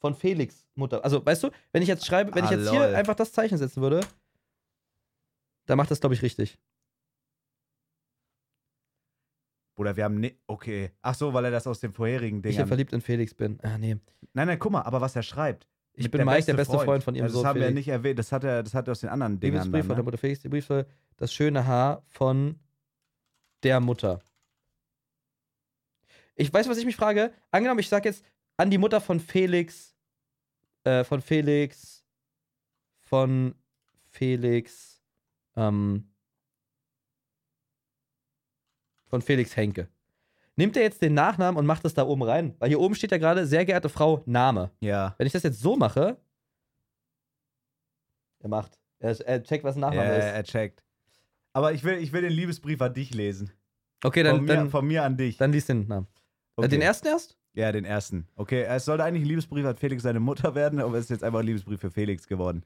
S1: Von Felix Mutter. Also, weißt du, wenn ich jetzt schreibe, wenn ich
S2: Ah,
S1: jetzt hier
S2: lol.
S1: einfach das Zeichen setzen würde, dann macht das, glaube ich, richtig.
S2: Oder wir haben ne okay. Ach so, weil er das aus dem vorherigen Ding.
S1: Ich ja verliebt in Felix bin. Ah, nee.
S2: Nein, nein, guck mal, aber was er schreibt.
S1: Ich
S2: Mit
S1: bin Mike, der beste Freund, von ihrem
S2: also
S1: Sohn.
S2: Das haben wir
S1: Felix.
S2: nicht erwähnt. Das hat er, das hat er aus den anderen Dingen
S1: Liebesbrief von der
S2: dann, ne?
S1: Mutter Felix. Der Brief soll das schöne Haar von der Mutter. Ich weiß, was ich mich frage. Angenommen, ich sage jetzt an die Mutter von Felix, äh, von Felix, von Felix, ähm, von Felix Henke. Nimmt er jetzt den Nachnamen und macht das da oben rein? Weil hier oben steht ja gerade, sehr geehrte Frau, Name.
S2: Ja.
S1: Wenn ich das jetzt so mache, er macht. Er, er checkt, was ein
S2: Ja,
S1: Nachname ist.
S2: er checkt. Aber ich will, ich will den Liebesbrief an dich lesen.
S1: Okay,
S2: von,
S1: dann,
S2: mir,
S1: dann,
S2: von mir an dich.
S1: dann liest den Namen. Äh,
S2: Okay.
S1: Den ersten erst?
S2: Ja, den ersten. Okay, es sollte eigentlich ein Liebesbrief an Felix seine Mutter werden, aber es ist jetzt einfach ein Liebesbrief für Felix geworden.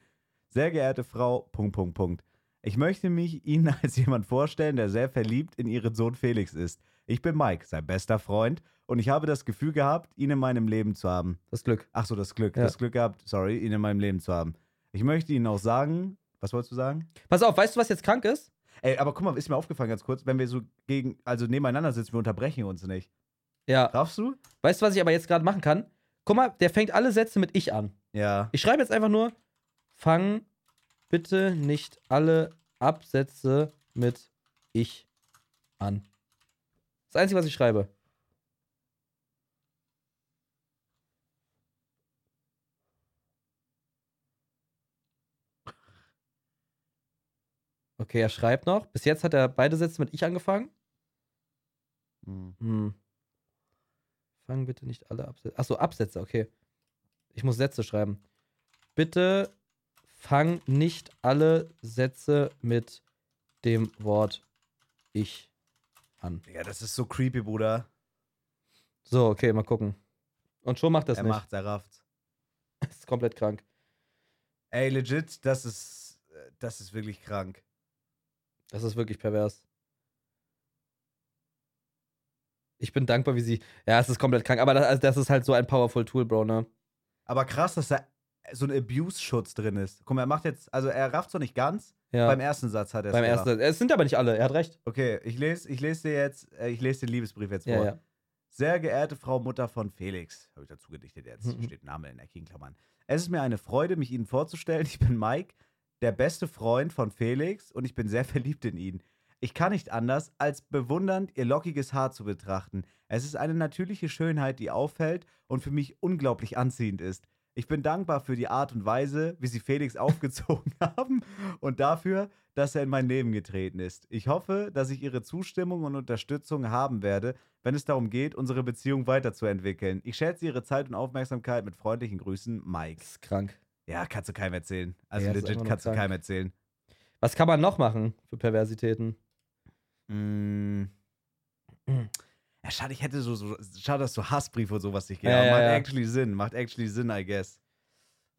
S2: Sehr geehrte Frau, Punkt, Punkt, Punkt. Ich möchte mich Ihnen als jemand vorstellen, der sehr verliebt in Ihren Sohn Felix ist. Ich bin Mike, sein bester Freund, und ich habe das Gefühl gehabt, ihn in meinem Leben zu haben.
S1: Das Glück.
S2: Ach so, das Glück,
S1: Ja.
S2: das Glück gehabt, sorry, ihn in meinem Leben zu haben. Ich möchte Ihnen auch sagen, was wolltest du sagen?
S1: Pass auf, weißt du, was jetzt krank ist?
S2: Ey, aber guck mal, ist mir aufgefallen ganz kurz, wenn wir so gegen, also nebeneinander sitzen, wir unterbrechen uns nicht.
S1: Ja.
S2: Raffst du?
S1: Weißt du, was ich aber jetzt gerade machen kann? Guck mal, der fängt alle Sätze mit ich an.
S2: Ja.
S1: Ich schreibe jetzt einfach nur, fang bitte nicht alle Absätze mit ich an. Das Einzige, was ich schreibe. Okay, er schreibt noch. Bis jetzt hat er beide Sätze mit ich angefangen.
S2: Hm.
S1: Hm. Fangen bitte nicht alle Absätze. Achso, Absätze, okay. Ich muss Sätze schreiben. Bitte fang nicht alle Sätze mit dem Wort ich an.
S2: Digga, das ist so creepy, Bruder.
S1: So, okay, mal gucken. Und schon macht das
S2: er
S1: nicht.
S2: macht's, er rafft's.
S1: Das ist komplett krank.
S2: Ey, legit, das ist, äh, das ist wirklich krank.
S1: Das ist wirklich pervers. Ich bin dankbar, wie sie. Ja, es ist komplett krank. Aber das, also das ist halt so ein powerful Tool, Bro, ne?
S2: Aber krass, dass da so ein Abuse-Schutz drin ist. Guck mal, er macht jetzt, also er rafft's noch nicht ganz.
S1: Ja.
S2: Beim ersten Satz hat er
S1: beim ersten. Es sind aber nicht alle. Er hat recht.
S2: Okay, ich lese, ich lese dir jetzt, äh, ich lese den Liebesbrief jetzt vor.
S1: Ja, ja.
S2: Sehr geehrte Frau Mutter von Felix, habe ich dazu gedichtet jetzt,
S1: Mhm.
S2: steht Name in eckigen Klammern. Es ist mir eine Freude, mich Ihnen vorzustellen. Ich bin Mike, der beste Freund von Felix und ich bin sehr verliebt in ihn. Ich kann nicht anders, als bewundernd ihr lockiges Haar zu betrachten. Es ist eine natürliche Schönheit, die auffällt und für mich unglaublich anziehend ist. Ich bin dankbar für die Art und Weise, wie Sie Felix aufgezogen haben und dafür, dass er in mein Leben getreten ist. Ich hoffe, dass ich Ihre Zustimmung und Unterstützung haben werde, wenn es darum geht, unsere Beziehung weiterzuentwickeln. Ich schätze Ihre Zeit und Aufmerksamkeit mit freundlichen Grüßen, Mike.
S1: Das ist krank.
S2: Ja, kannst du keinem erzählen. Also
S1: Ja, ist einfach
S2: legit
S1: nur
S2: kannst du
S1: krank.
S2: keinem erzählen.
S1: Was kann man noch machen für Perversitäten?
S2: Mm.
S1: Mhm.
S2: Ja, schade, ich hätte so, so schade, dass so Hassbriefe und sowas nicht gehen.
S1: Ja,
S2: aber
S1: ja,
S2: macht
S1: ja.
S2: actually Sinn, macht actually Sinn, I guess.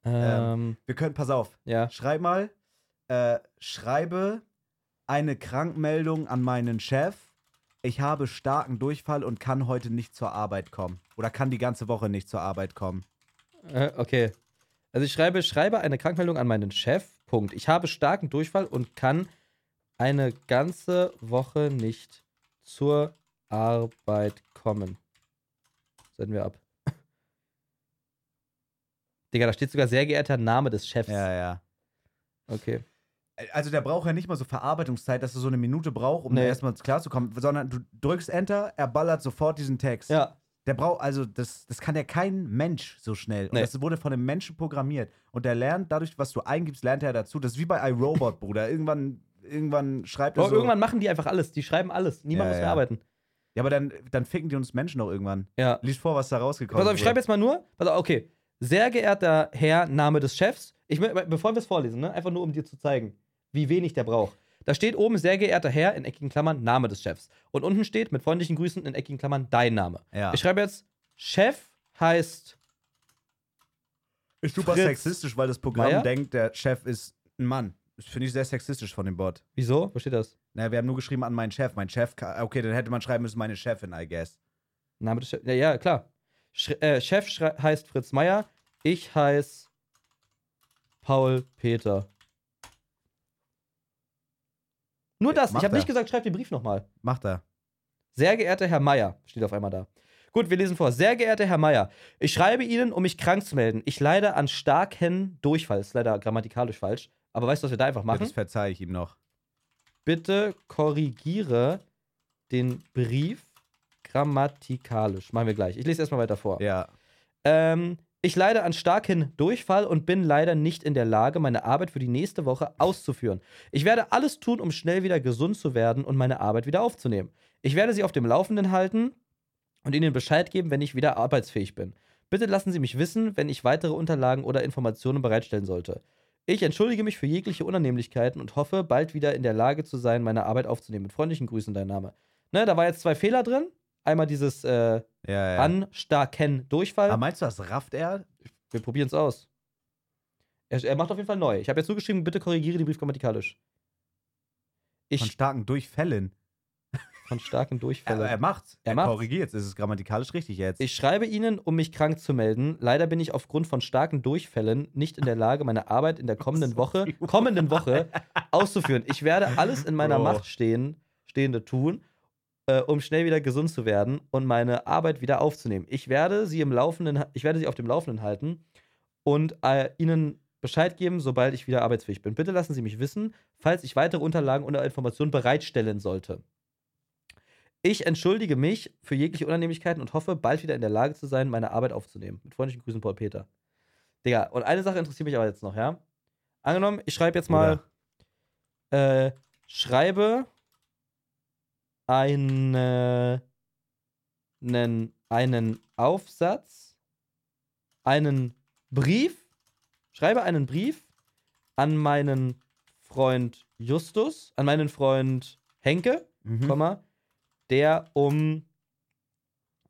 S1: Ähm,
S2: Wir können, pass auf,
S1: ja.
S2: schreib mal, äh, schreibe eine Krankmeldung an meinen Chef. Ich habe starken Durchfall und kann heute nicht zur Arbeit kommen. Oder kann die ganze Woche nicht zur Arbeit kommen.
S1: Äh, okay. Also ich schreibe, schreibe eine Krankmeldung an meinen Chef. Punkt. Ich habe starken Durchfall und kann eine ganze Woche nicht zur Arbeit kommen. Senden wir ab. Digga, da steht sogar sehr geehrter Name des Chefs.
S2: Ja, ja.
S1: Okay.
S2: Also der braucht ja nicht mal so Verarbeitungszeit, dass er so eine Minute braucht, um
S1: Nee.
S2: da erstmal klarzukommen, sondern du drückst Enter, er ballert sofort diesen Text.
S1: Ja.
S2: Der braucht, also das, das kann ja kein Mensch so schnell. Und
S1: Nee.
S2: das wurde von einem Menschen programmiert. Und der lernt, dadurch, was du eingibst, lernt er dazu. Das ist wie bei iRobot, Bruder. Irgendwann, irgendwann schreibt er
S1: Bro,
S2: so.
S1: irgendwann machen die einfach alles. Die schreiben alles. Niemand
S2: Also Ja,
S1: muss mehr
S2: ja.
S1: arbeiten.
S2: ja, aber dann, dann ficken die uns Menschen doch irgendwann.
S1: Ja.
S2: Lies vor, was da rausgekommen
S1: Pass auf, ich schreibe jetzt mal nur. Pass auf, okay. Sehr geehrter Herr, Name des Chefs. Ich, mö- bevor wir es vorlesen, ne? einfach nur, um dir zu zeigen, wie wenig der braucht. Da steht oben, sehr geehrter Herr, in eckigen Klammern, Name des Chefs. Und unten steht, mit freundlichen Grüßen, in eckigen Klammern, dein Name.
S2: Ja.
S1: Ich schreibe jetzt, Chef heißt,
S2: ist super
S1: Fritz.
S2: sexistisch, weil das Programm
S1: Meier?
S2: denkt, der Chef ist ein Mann. Das finde ich sehr sexistisch von dem Bot.
S1: wieso? Wo steht das?
S2: Naja, wir haben nur geschrieben an meinen Chef. Mein Chef, ka- okay, dann hätte man schreiben müssen, meine Chefin, I guess.
S1: Name des Chefs. Ja, ja klar. Schre äh, Chef schrei- heißt Fritz Meier, ich heiße Paul Peter. Nur das.
S2: macht
S1: Ich habe
S2: er.
S1: nicht gesagt, schreib den Brief nochmal.
S2: Macht er.
S1: Sehr geehrter Herr Meier, steht auf einmal da. Gut, wir lesen vor. Sehr geehrter Herr Meier, ich schreibe Ihnen, um mich krank zu melden. Ich leide an starken Durchfall. Ist leider grammatikalisch falsch. Aber weißt du, was wir da einfach
S2: Ja,
S1: machen?
S2: Das verzeihe ich ihm noch.
S1: Bitte korrigiere den Brief grammatikalisch. Machen wir gleich. Ich lese erstmal weiter vor.
S2: Ja.
S1: Ähm, ich leide an starken Durchfall und bin leider nicht in der Lage, meine Arbeit für die nächste Woche auszuführen. Ich werde alles tun, um schnell wieder gesund zu werden und meine Arbeit wieder aufzunehmen. Ich werde Sie auf dem Laufenden halten und Ihnen Bescheid geben, wenn ich wieder arbeitsfähig bin. Bitte lassen Sie mich wissen, wenn ich weitere Unterlagen oder Informationen bereitstellen sollte. Ich entschuldige mich für jegliche Unannehmlichkeiten und hoffe, bald wieder in der Lage zu sein, meine Arbeit aufzunehmen. Mit freundlichen Grüßen, dein Name. Ne, da war jetzt zwei Fehler drin. Einmal dieses äh,
S2: Ja, ja.
S1: an starken Durchfall.
S2: Aber meinst du, das rafft er?
S1: Wir probieren es aus. Er, er macht auf jeden Fall neu. Ich habe jetzt nur geschrieben, bitte korrigiere den Brief grammatikalisch.
S2: Von
S1: Ich
S2: starken Durchfällen.
S1: von starken
S2: Er, er
S1: Durchfällen.
S2: macht's.
S1: Er
S2: Er,
S1: macht's.
S2: korrigiert's. Es ist grammatikalisch richtig jetzt.
S1: Ich schreibe Ihnen, um mich krank zu melden. Leider bin ich aufgrund von starken Durchfällen nicht in der Lage, meine Arbeit in der kommenden Woche, kommenden Woche auszuführen. Ich werde alles in meiner
S2: Bro.
S1: Macht stehen, Stehende tun, äh, um schnell wieder gesund zu werden und meine Arbeit wieder aufzunehmen. Ich werde Sie im Laufenden, ich werde Sie auf dem Laufenden halten und äh, Ihnen Bescheid geben, sobald ich wieder arbeitsfähig bin. Bitte lassen Sie mich wissen, falls ich weitere Unterlagen oder Informationen bereitstellen sollte. Ich entschuldige mich für jegliche Unannehmlichkeiten und hoffe, bald wieder in der Lage zu sein, meine Arbeit aufzunehmen. Mit freundlichen Grüßen, Paul Peter. Digga, und eine Sache interessiert mich aber jetzt noch, ja? Angenommen, ich schreibe jetzt mal, äh, schreibe eine, einen, einen Aufsatz, einen Brief, schreibe einen Brief an meinen Freund Justus, an meinen Freund Henke,
S2: Mhm.
S1: Komma, der um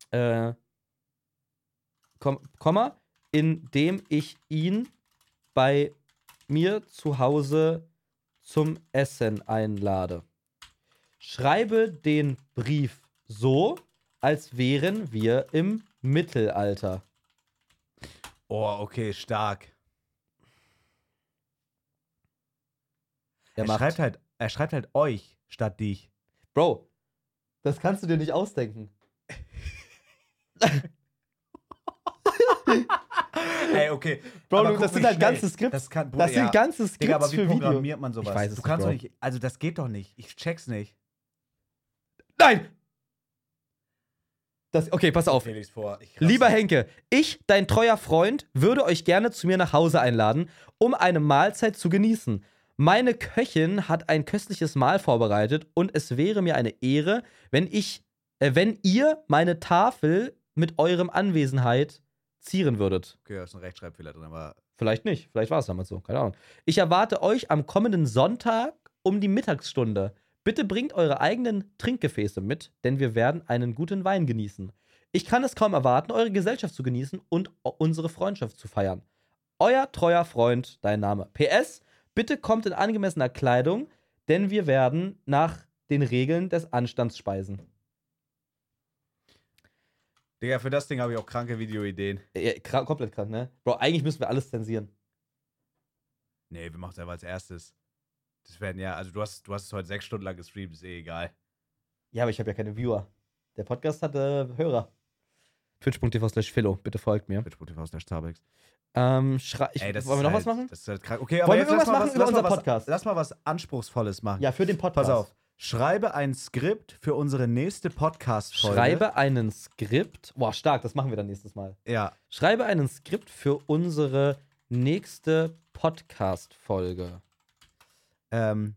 S1: äh, Kom Komma, indem ich ihn bei mir zu Hause zum Essen einlade. Schreibe den Brief so, als wären wir im Mittelalter.
S2: Oh, okay, stark.
S1: Er
S2: er, schreibt halt, er schreibt halt euch statt dich.
S1: Bro, das kannst du dir nicht ausdenken.
S2: Ey, okay.
S1: Bro,
S2: aber
S1: du-
S2: guck,
S1: das sind
S2: wie
S1: halt
S2: schnell.
S1: ganze Skripts.
S2: Das, kann, Bruder,
S1: Das sind
S2: ja.
S1: ganze
S2: Digga,
S1: Skripts
S2: aber wie
S1: für Video.
S2: programmiert man sowas?
S1: Ich weiß es
S2: du kannst
S1: nicht,
S2: doch
S1: Bro.
S2: nicht, also das geht doch nicht. Ich check's nicht.
S1: Nein! Das, okay, pass auf.
S2: Felix vor. Ich raste.
S1: Lieber Henke, ich, dein treuer Freund, würde euch gerne zu mir nach Hause einladen, um eine Mahlzeit zu genießen. Meine Köchin hat ein köstliches Mahl vorbereitet und es wäre mir eine Ehre, wenn ich, äh, wenn ihr meine Tafel mit eurem Anwesenheit zieren würdet.
S2: Okay, da ist ein Rechtschreibfehler drin, aber
S1: Vielleicht nicht. Vielleicht war es damals so. Keine Ahnung. Ich erwarte euch am kommenden Sonntag um die Mittagsstunde. Bitte bringt eure eigenen Trinkgefäße mit, denn wir werden einen guten Wein genießen. Ich kann es kaum erwarten, eure Gesellschaft zu genießen und o- unsere Freundschaft zu feiern. Euer treuer Freund, dein Name. PS, bitte kommt in angemessener Kleidung, denn wir werden nach den Regeln des Anstands speisen.
S2: Digga, für das Ding habe ich auch kranke Videoideen.
S1: Äh, kra- komplett krank, ne? Bro, eigentlich müssen wir alles zensieren.
S2: Nee, wir machen es einfach als erstes. Das werden ja, also du hast, du hast es heute sechs Stunden lang gestreamt, ist eh egal.
S1: Ja, aber ich habe ja keine Viewer. Der Podcast hat äh, Hörer. Twitch.tv slash Philo, bitte folgt mir.
S2: Twitch.tv slash Starbucks.
S1: Ähm, schrei ich, wollen wir noch
S2: halt,
S1: was machen?
S2: Das ist halt krank. Okay, aber
S1: Wollen wir irgendwas
S2: jetzt lass mal
S1: machen
S2: was,
S1: über
S2: lass
S1: unser
S2: mal was,
S1: Podcast?
S2: Lass mal was Anspruchsvolles machen.
S1: Ja, für den Podcast.
S2: Pass auf. Schreibe ein Skript für unsere nächste Podcast-Folge.
S1: Schreibe einen Skript. Boah, stark, das machen wir dann nächstes Mal.
S2: Ja,
S1: Schreibe einen Skript für unsere nächste Podcast-Folge.
S2: ähm,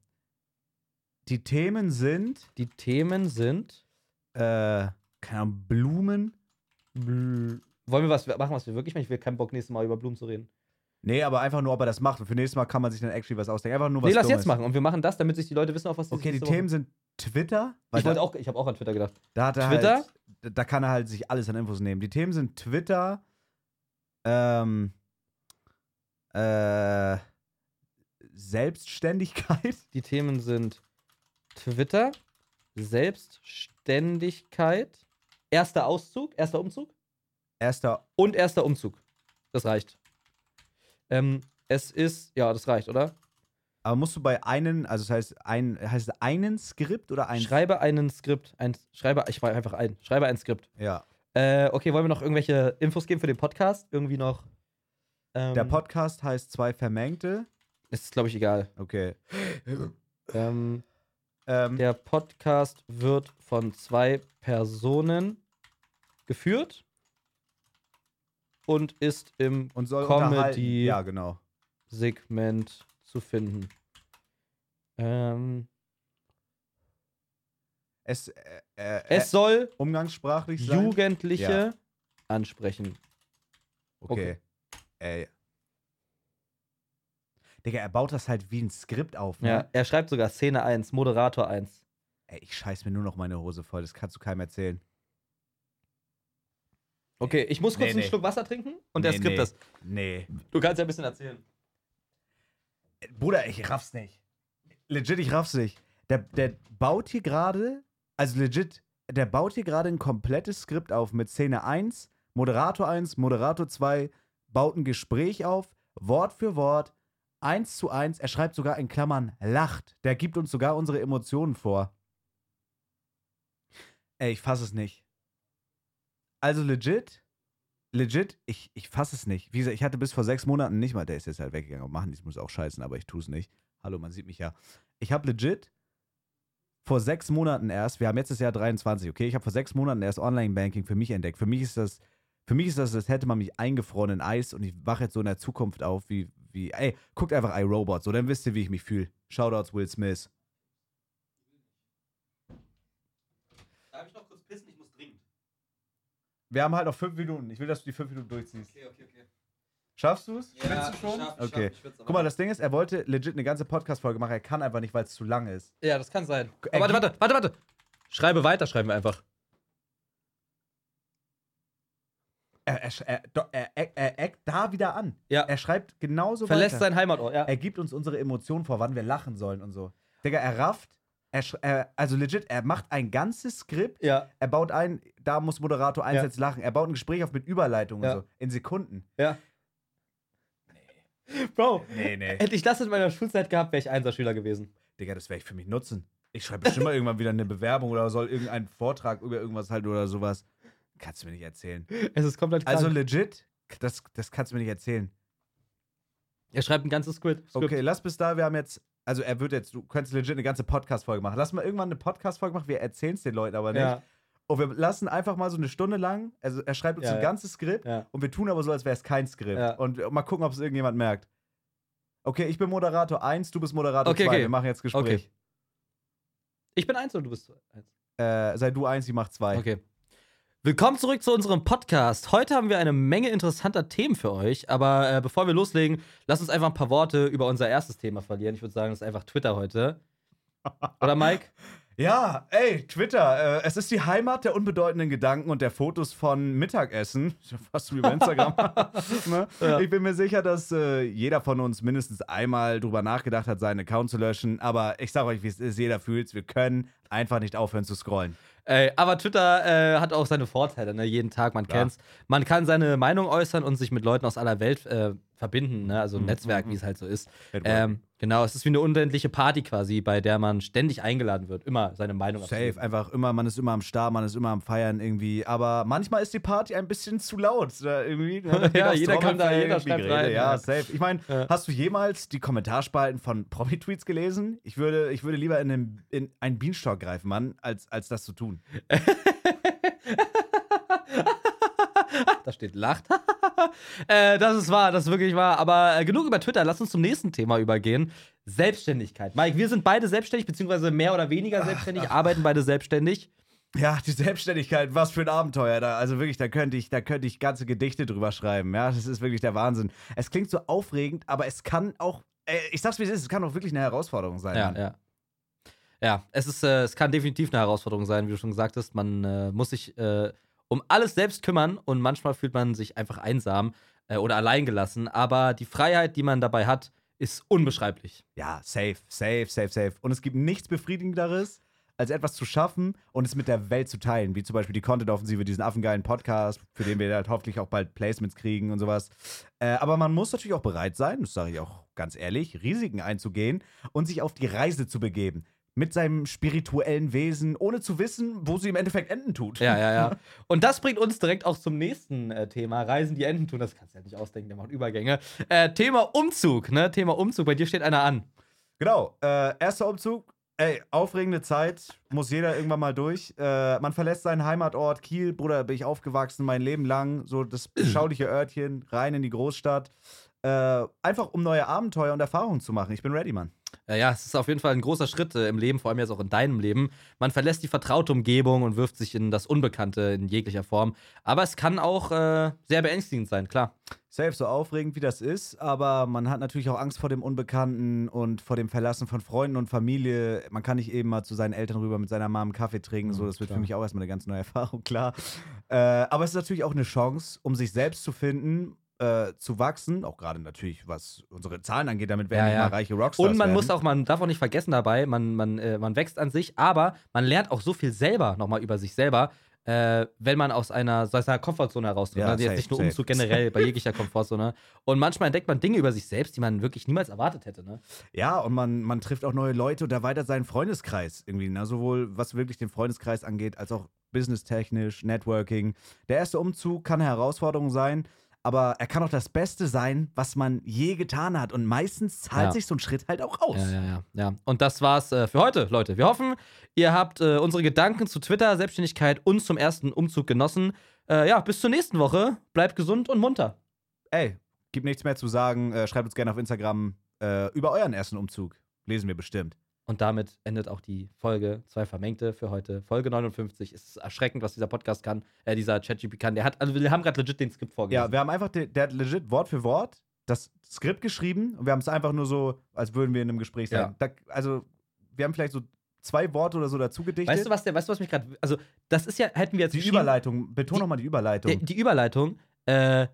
S2: die Themen sind,
S1: Die Themen sind.
S2: äh, keine Ahnung, Blumen.
S1: Bl- Wollen wir was machen, was wir wirklich machen? Ich will keinen Bock, nächstes Mal über Blumen zu reden.
S2: Nee, aber einfach nur, ob er das macht. Und für nächstes Mal kann man sich dann actually was ausdenken. Einfach nur was
S1: nee, lass
S2: Dummes.
S1: jetzt machen. Und wir machen das, damit sich die Leute wissen, auf was sie sich
S2: Okay, die
S1: nächste Woche-
S2: Themen sind Twitter.
S1: Ich,
S2: da,
S1: wollte auch, ich habe auch an Twitter gedacht.
S2: da hat er
S1: Twitter?
S2: Halt, da- da kann er halt sich alles an Infos nehmen. Die Themen sind Twitter, ähm, äh, Selbstständigkeit.
S1: Die Themen sind Twitter, Selbstständigkeit, erster Auszug, erster Umzug
S2: Erster,
S1: und erster Umzug. Das reicht. Ähm, es ist, ja, das reicht, oder?
S2: aber musst du bei einen, also das heißt, ein, heißt es einen Skript oder ein.
S1: Schreibe einen Skript. Ein, schreibe, ich schreibe einfach ein. Schreibe ein Skript.
S2: Ja.
S1: Äh, okay, wollen wir noch irgendwelche Infos geben für den Podcast? Irgendwie noch. Ähm,
S2: Der Podcast heißt Zwei Vermengte.
S1: Ist, glaube ich, egal.
S2: Okay.
S1: Ähm,
S2: Ähm,
S1: der Podcast wird von zwei Personen geführt und ist im
S2: und soll
S1: Comedy.
S2: unterhalten. Ja, genau.
S1: Segment zu finden. Ähm,
S2: Es, äh, äh,
S1: es soll
S2: äh, umgangssprachlich sein.
S1: Jugendliche
S2: Ja.
S1: ansprechen.
S2: Okay. Ey. Digga, er baut das halt wie ein Skript auf, ne?
S1: Ja, er schreibt sogar Szene 1, Moderator 1.
S2: Ey, ich scheiß mir nur noch meine Hose voll, das kannst du keinem erzählen.
S1: Okay, ich muss kurz
S2: Nee,
S1: einen
S2: nee.
S1: Schluck Wasser trinken und der
S2: Nee,
S1: Skript
S2: nee.
S1: das.
S2: Nee.
S1: Du kannst ja ein bisschen erzählen.
S2: Bruder, ich raff's nicht. Legit, ich raff's nicht. Der, der baut hier gerade, also legit, der baut hier gerade ein komplettes Skript auf mit Szene 1, Moderator 1, Moderator 2, baut ein Gespräch auf, Wort für Wort, 1 zu 1. Er schreibt sogar in Klammern, lacht. Der gibt uns sogar unsere Emotionen vor. Ey, ich fass es nicht. Also legit, legit, ich, ich fasse es nicht. Wie gesagt, ich hatte bis vor sechs Monaten nicht mal, der ist jetzt halt weggegangen, aber machen die muss auch scheißen, aber ich tue es nicht. Hallo, man sieht mich ja. Ich habe legit vor sechs Monaten erst, wir haben jetzt das Jahr 23, okay, ich habe vor sechs Monaten erst Online-Banking für mich entdeckt. Für mich ist das, für mich ist das, als hätte man mich eingefroren in Eis und ich wache jetzt so in der Zukunft auf, wie, wie, ey, guckt einfach iRobot, so dann wisst ihr, wie ich mich fühle. Shoutouts Will Smith.
S1: Darf ich noch kurz pissen? Ich muss dringend.
S2: Wir haben halt noch fünf Minuten. Ich will, dass du die fünf Minuten durchziehst.
S1: Okay, okay, okay.
S2: Schaffst du es?
S1: Ja,
S2: du schon? okay. Guck mal, das Ding ist, er wollte legit eine ganze Podcast-Folge machen. Er kann einfach nicht, weil es zu lang ist.
S1: Ja, das kann sein.
S2: Ey,
S1: warte,
S2: gib-
S1: warte, warte, warte. Schreibe weiter, schreiben wir einfach.
S2: Er, er, sch- er, do- er, er, er eckt da wieder an.
S1: Ja.
S2: Er schreibt genauso
S1: Verlässt
S2: weiter.
S1: seinen Heimatort, ja.
S2: Er gibt uns unsere Emotionen vor, wann wir lachen sollen und so. Digga, er rafft. Er, sch- er, also legit, er macht ein ganzes Skript.
S1: Ja,
S2: Er baut ein, da muss Moderator eins
S1: Ja.
S2: jetzt lachen. Er baut ein Gespräch auf mit Überleitung
S1: Ja.
S2: und so. In Sekunden.
S1: ja. Bro,
S2: Nee, nee.
S1: hätte ich das in meiner Schulzeit gehabt, wäre ich Einser-Schüler gewesen.
S2: Digga, das werde ich für mich nutzen. Ich schreibe bestimmt mal irgendwann wieder eine Bewerbung oder soll irgendeinen Vortrag über irgendwas halten oder sowas. Kannst du mir nicht erzählen.
S1: Es ist komplett krank.
S2: Also legit, das, das kannst du mir nicht erzählen.
S1: er schreibt ein ganzes Squid. Script.
S2: Okay, lass bis da, wir haben jetzt, also er wird jetzt, du könntest legit eine ganze Podcast-Folge machen. Lass mal irgendwann eine Podcast-Folge machen, wir erzählen es den Leuten aber nicht.
S1: ja,
S2: Und wir lassen einfach mal so eine Stunde lang, also er schreibt uns
S1: Ja,
S2: ein
S1: ja.
S2: ganzes Skript
S1: ja.
S2: und wir tun aber so, als wäre es kein Skript.
S1: Ja.
S2: Und mal gucken, ob es irgendjemand merkt. Okay, ich bin Moderator 1, du bist Moderator
S1: Okay,
S2: 2,
S1: okay.
S2: wir machen jetzt Gespräch.
S1: Ich bin eins und du bist eins.
S2: Äh, sei du 1, ich mach 2.
S1: Okay. Willkommen zurück zu unserem Podcast. Heute haben wir eine Menge interessanter Themen für euch, aber äh, bevor wir loslegen, lasst uns einfach ein paar Worte über unser erstes Thema verlieren. Ich würde sagen, das ist einfach Twitter heute. Oder Mike?
S2: Ja, ey, Twitter. Äh, es ist die Heimat der unbedeutenden Gedanken und der Fotos von Mittagessen. Fast wie über Instagram. ne?
S1: Ja.
S2: Ich bin mir sicher, dass äh, jeder von uns mindestens einmal drüber nachgedacht hat, seinen Account zu löschen. Aber ich sag euch, wie es ist, jeder fühlt's. Wir können einfach nicht aufhören zu scrollen.
S1: Ey, aber Twitter äh, hat auch seine Vorteile, ne? Jeden Tag, man
S2: Klar.
S1: kennt's. Man kann seine Meinung äußern und sich mit Leuten aus aller Welt äh, verbinden, ne? Also ein
S2: Mhm,
S1: Netzwerk,
S2: mhm.
S1: wie es halt so ist.
S2: Edward.
S1: Ähm, genau, es ist wie eine unendliche Party quasi, bei der man ständig eingeladen wird, immer seine Meinung
S2: Safe,
S1: abzugeben.
S2: einfach immer, man ist immer am Start, man ist immer am Feiern irgendwie. Aber manchmal ist die Party ein bisschen zu laut. Oder irgendwie, ne? Dann geht
S1: Ja,
S2: aufs
S1: jeder kann da-
S2: Trommelfell
S1: jeder
S2: irgendwie
S1: schreibt
S2: Gerede.
S1: rein,
S2: Ja,
S1: ja.
S2: safe. Ich meine,
S1: Ja.
S2: hast du jemals die Kommentarspalten von Promi-Tweets gelesen? Ich würde, ich würde lieber in, einen, in einen Bienenstock greifen, Mann, als, als das zu tun.
S1: Da steht lacht. äh, das ist wahr, das ist wirklich wahr. Aber äh, genug über Twitter, lass uns zum nächsten Thema übergehen. Selbstständigkeit. Mike, wir sind beide selbstständig, beziehungsweise mehr oder weniger selbstständig, arbeiten beide selbstständig.
S2: Ja, die Selbstständigkeit, was für ein Abenteuer da. Also wirklich, da könnte ich, da könnte ich ganze Gedichte drüber schreiben. Ja, das ist wirklich der Wahnsinn. Es klingt so aufregend, aber es kann auch, äh, ich sag's wie es ist, es kann auch wirklich eine Herausforderung sein.
S1: Ja,
S2: Mann.
S1: ja. Ja, es, ist, äh, es kann definitiv eine Herausforderung sein, wie du schon gesagt hast. Man äh, muss sich äh, um alles selbst kümmern und manchmal fühlt man sich einfach einsam äh, oder alleingelassen. Aber die Freiheit, die man dabei hat, ist unbeschreiblich.
S2: Ja, safe, safe, safe, safe. Und es gibt nichts Befriedigenderes, als etwas zu schaffen und es mit der Welt zu teilen. Wie zum Beispiel die Content-Offensive, diesen affengeilen Podcast, für den wir halt hoffentlich auch bald Placements kriegen und sowas. Äh, aber man muss natürlich auch bereit sein, das sage ich auch ganz ehrlich, Risiken einzugehen und sich auf die Reise zu begeben. Mit seinem spirituellen Wesen, ohne zu wissen, wo sie im Endeffekt enden tut.
S1: Ja, ja, ja. Und das bringt uns direkt auch zum nächsten äh, Thema. Reisen, die Enden tun, das kannst du ja nicht ausdenken, der macht Übergänge. Äh, Thema Umzug, ne? Thema Umzug, bei dir steht einer an.
S2: Genau, äh, erster Umzug. Ey, aufregende Zeit, muss jeder irgendwann mal durch. Äh, man verlässt seinen Heimatort Kiel, Bruder, bin ich aufgewachsen, mein Leben lang, so das beschauliche Örtchen, rein in die Großstadt. Äh, einfach um neue Abenteuer und Erfahrungen zu machen. Ich bin ready, Mann.
S1: Äh, ja, es ist auf jeden Fall ein großer Schritt äh, im Leben, vor allem jetzt auch in deinem Leben. Man verlässt die vertraute Umgebung und wirft sich in das Unbekannte in jeglicher Form. Aber es kann auch äh, sehr beängstigend sein, klar.
S2: Safe, so aufregend wie das ist, aber man hat natürlich auch Angst vor dem Unbekannten und vor dem Verlassen von Freunden und Familie. Man kann nicht eben mal zu seinen Eltern rüber mit seiner Mom einen Kaffee trinken. so,
S1: Mhm,
S2: das wird
S1: klar.
S2: für mich auch erstmal eine ganz neue Erfahrung, klar. Äh, aber es ist natürlich auch eine Chance, um sich selbst zu finden, äh, zu wachsen. Auch gerade natürlich, was unsere Zahlen angeht, damit wir
S1: Ja,
S2: ja,
S1: ja.
S2: mal reiche Rockstars
S1: Und man
S2: werden.
S1: muss auch, man darf auch nicht vergessen dabei, man, man, äh, man wächst an sich, aber man lernt auch so viel selber nochmal über sich selber, äh, wenn man aus einer, so aus einer Komfortzone heraustritt.
S2: Ja,
S1: also jetzt
S2: safe,
S1: nicht nur
S2: safe.
S1: Umzug generell, bei jeglicher Komfortzone. Und manchmal entdeckt man Dinge über sich selbst, die man wirklich niemals erwartet hätte. Ne?
S2: Ja, und man, man trifft auch neue Leute und erweitert seinen Freundeskreis irgendwie. Ne? Sowohl was wirklich den Freundeskreis angeht, als auch businesstechnisch, Networking. Der erste Umzug kann eine Herausforderung sein, aber er kann auch das Beste sein, was man je getan hat. Und meistens zahlt
S1: Ja.
S2: sich so ein Schritt halt auch aus.
S1: Ja, ja, ja, ja. Und das war's äh, für heute, Leute. Wir hoffen, ihr habt äh, unsere Gedanken zu Twitter, Selbstständigkeit und zum ersten Umzug genossen. Äh, ja, bis zur nächsten Woche. Bleibt gesund und munter.
S2: Ey, gibt nichts mehr zu sagen. Äh, schreibt uns gerne auf Instagram äh, über euren ersten Umzug. Lesen wir bestimmt.
S1: Und damit endet auch die Folge zwei Vermengte für heute. Folge 59. Es ist erschreckend, was dieser Podcast kann, äh, dieser ChatGPT kann. Der hat, also wir haben gerade legit den Skript
S2: Ja,
S1: vorgelesen.
S2: wir haben einfach, de- der hat legit Wort für Wort das Skript geschrieben und wir haben es einfach nur so, als würden wir in einem Gespräch sein. Da, also, wir haben vielleicht so zwei Worte oder so dazu gedichtet.
S1: weißt du was, der, weißt du, was mich gerade, also das ist ja, hätten wir jetzt
S2: Die
S1: geschrieben-
S2: Überleitung, beton
S1: Die-
S2: nochmal die Überleitung.
S1: Die, die Überleitung, äh,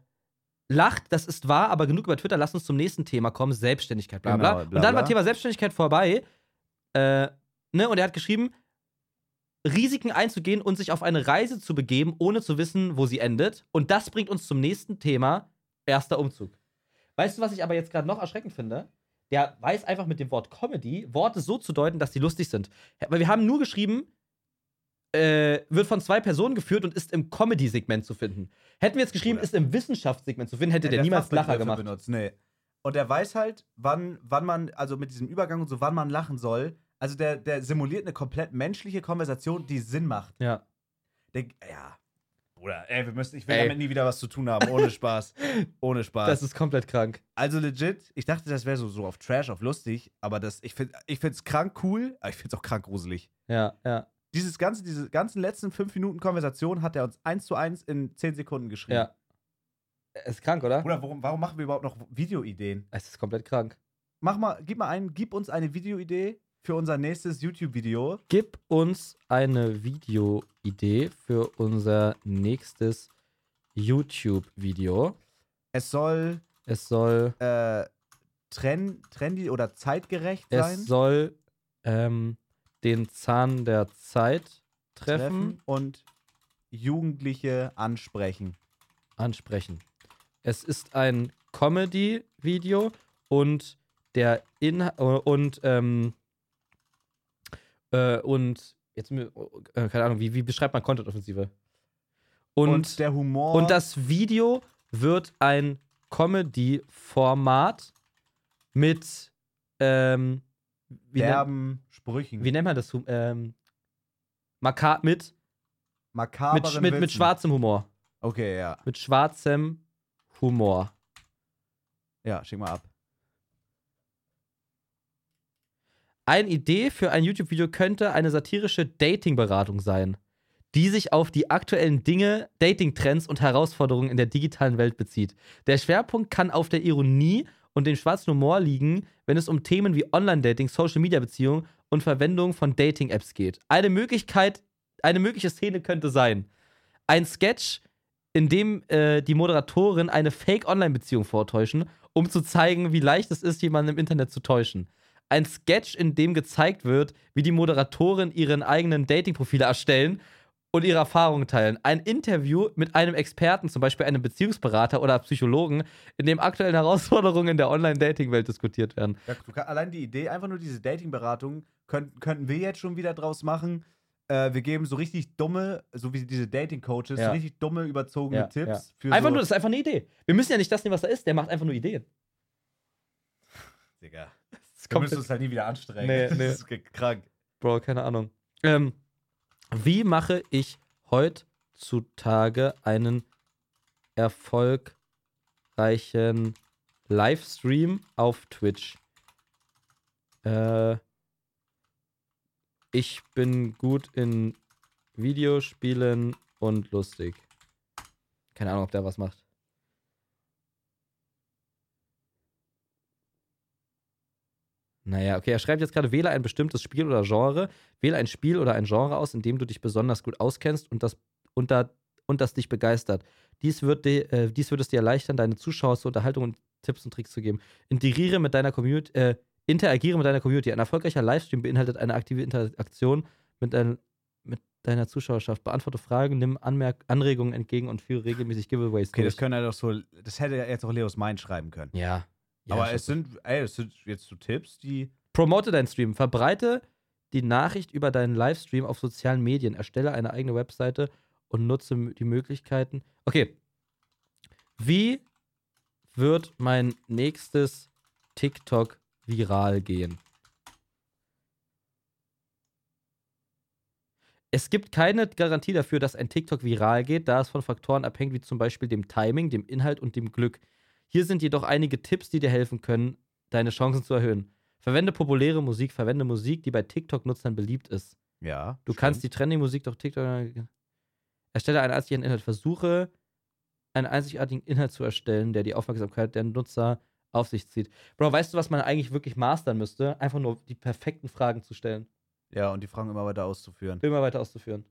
S1: lacht, das ist wahr, aber genug über Twitter, lass uns zum nächsten Thema kommen, Selbstständigkeit, bla bla.
S2: Genau, bla,
S1: und dann war
S2: bla.
S1: Thema Selbstständigkeit vorbei, äh, ne, und er hat geschrieben, Risiken einzugehen und sich auf eine Reise zu begeben, ohne zu wissen, wo sie endet. Und das bringt uns zum nächsten Thema, erster Umzug. Weißt du, was ich aber jetzt gerade noch erschreckend finde? Der weiß einfach mit dem Wort Comedy Worte so zu deuten, dass sie lustig sind. Weil wir haben nur geschrieben, äh, wird von zwei Personen geführt und ist im Comedy-Segment zu finden. Hätten wir jetzt geschrieben,
S2: Oder-
S1: ist im Wissenschaftssegment zu finden, hätte
S2: Ja,
S1: der,
S2: hat
S1: niemals
S2: Fachbegriffe
S1: Lacher gemacht.
S2: Benutzt. Nee. Und er weiß halt, wann, wann man, also mit diesem Übergang und so, wann man lachen soll. Also der, der simuliert eine komplett menschliche Konversation, die Sinn macht.
S1: Ja.
S2: Der, ja. Bruder, ey, wir müssen, ich will
S1: Ey.
S2: damit nie wieder was zu tun haben. Ohne Spaß. Ohne Spaß.
S1: Das ist komplett krank.
S2: Also legit, ich dachte, das wäre so, so auf Trash, auf lustig, aber das, ich finde ich find's krank cool, aber ich find's auch krank gruselig.
S1: Ja, ja,
S2: Dieses ganze, diese ganzen letzten fünf Minuten Konversation hat er uns eins zu eins in zehn Sekunden geschrieben.
S1: ja. Ist krank, oder?
S2: Bruder, warum, warum machen wir überhaupt noch Videoideen?
S1: Es ist komplett krank.
S2: Mach mal, gib mal einen, gib uns eine Videoidee für unser nächstes YouTube-Video.
S1: Gib uns eine Videoidee für unser nächstes YouTube-Video.
S2: Es soll
S1: Es soll,
S2: äh, trend, trendy oder zeitgerecht sein.
S1: es soll ähm, den Zahn der Zeit treffen.
S2: und Jugendliche ansprechen.
S1: ansprechen. Es ist ein Comedy-Video und der Inhalt und ähm, äh, und jetzt mir- äh, keine Ahnung, wie, wie beschreibt man Content-Offensive? Und, und,
S2: der Humor.
S1: das Video wird ein Comedy-Format mit ähm, wie, nennt,
S2: derben Sprüchen.
S1: wie nennt man das? Hum- Ähm, Maka mit,
S2: makaberen
S1: mit, mit, mit
S2: Witzen.
S1: schwarzem Humor.
S2: Okay, ja.
S1: Mit schwarzem Humor.
S2: Ja, schick mal ab.
S1: Eine Idee für ein YouTube-Video könnte eine satirische Dating-Beratung sein, die sich auf die aktuellen Dinge, Dating-Trends und Herausforderungen in der digitalen Welt bezieht. Der Schwerpunkt kann auf der Ironie und dem schwarzen Humor liegen, wenn es um Themen wie Online-Dating, Social-Media-Beziehungen und Verwendung von Dating-Apps geht. Eine Möglichkeit, eine mögliche Szene könnte sein: ein Sketch, in dem äh, die Moderatorin eine Fake-Online-Beziehung vortäuschen, um zu zeigen, wie leicht es ist, jemanden im Internet zu täuschen ein Sketch, in dem gezeigt wird, wie die Moderatorin ihren eigenen Dating-Profile erstellen und ihre Erfahrungen teilen. Ein Interview mit einem Experten, zum Beispiel einem Beziehungsberater oder Psychologen, in dem aktuellen Herausforderungen in der Online-Dating-Welt diskutiert werden.
S2: Ja, du kann, allein die Idee, einfach nur diese Dating-Beratung, könnt, könnten wir jetzt schon wieder draus machen. Äh, wir geben so richtig dumme, so wie diese Dating-Coaches,
S1: Ja.
S2: so richtig dumme, überzogene
S1: Ja,
S2: Tipps.
S1: ja.
S2: Für
S1: Einfach
S2: so,
S1: nur, das ist einfach eine Idee. Wir müssen ja nicht das nehmen, was da ist. Der macht einfach nur Ideen.
S2: Digga.
S1: Das
S2: Wir
S1: kommt
S2: müssen uns halt nie wieder anstrengen.
S1: Nee, nee.
S2: Das ist ge- krank.
S1: Bro, keine Ahnung. Ähm, wie mache ich heutzutage einen erfolgreichen Livestream auf Twitch? Äh, ich bin gut in Videospielen und lustig. Keine Ahnung, ob der was macht. Naja, okay, er schreibt jetzt gerade, wähle ein bestimmtes Spiel oder Genre, wähle ein Spiel oder ein Genre aus, in dem du dich besonders gut auskennst und das, und da, und das dich begeistert. Dies wird, dir- äh, dies wird es dir erleichtern, deine Zuschauer zur Unterhaltung und Tipps und Tricks zu geben. Integriere mit deiner Community, äh, interagiere mit deiner Community. Ein erfolgreicher Livestream beinhaltet eine aktive Interaktion mit, dein, mit deiner Zuschauerschaft. Beantworte Fragen, nimm Anmerk Anregungen entgegen und führe regelmäßig Giveaways
S2: Okay, das
S1: durch.
S2: können ja doch so, das hätte ja jetzt auch Leos Mind schreiben können.
S1: Ja. ja
S2: Aber
S1: schon.
S2: es sind, ey, es sind jetzt so Tipps, die.
S1: Promote deinen Stream. Verbreite die Nachricht über deinen Livestream auf sozialen Medien, erstelle eine eigene Webseite und nutze m- die Möglichkeiten. Okay. Wie wird mein nächstes TikTok viral gehen? Es gibt keine Garantie dafür, dass ein TikTok viral geht, da es von Faktoren abhängt, wie zum Beispiel dem Timing, dem Inhalt und dem Glück. Hier sind jedoch einige Tipps, die dir helfen können, deine Chancen zu erhöhen. Verwende populäre Musik, verwende Musik, die bei TikTok-Nutzern beliebt ist.
S2: Ja.
S1: Du kannst die Trending-Musik durch TikTok. Erstelle einen einzigen Inhalt. Versuche, einen einzigartigen Inhalt zu erstellen, der die Aufmerksamkeit der Nutzer auf sich zieht. Bro, weißt du, was man eigentlich wirklich mastern müsste? Einfach nur die perfekten Fragen zu stellen.
S2: Ja, und die Fragen immer weiter auszuführen.
S1: Immer weiter auszuführen.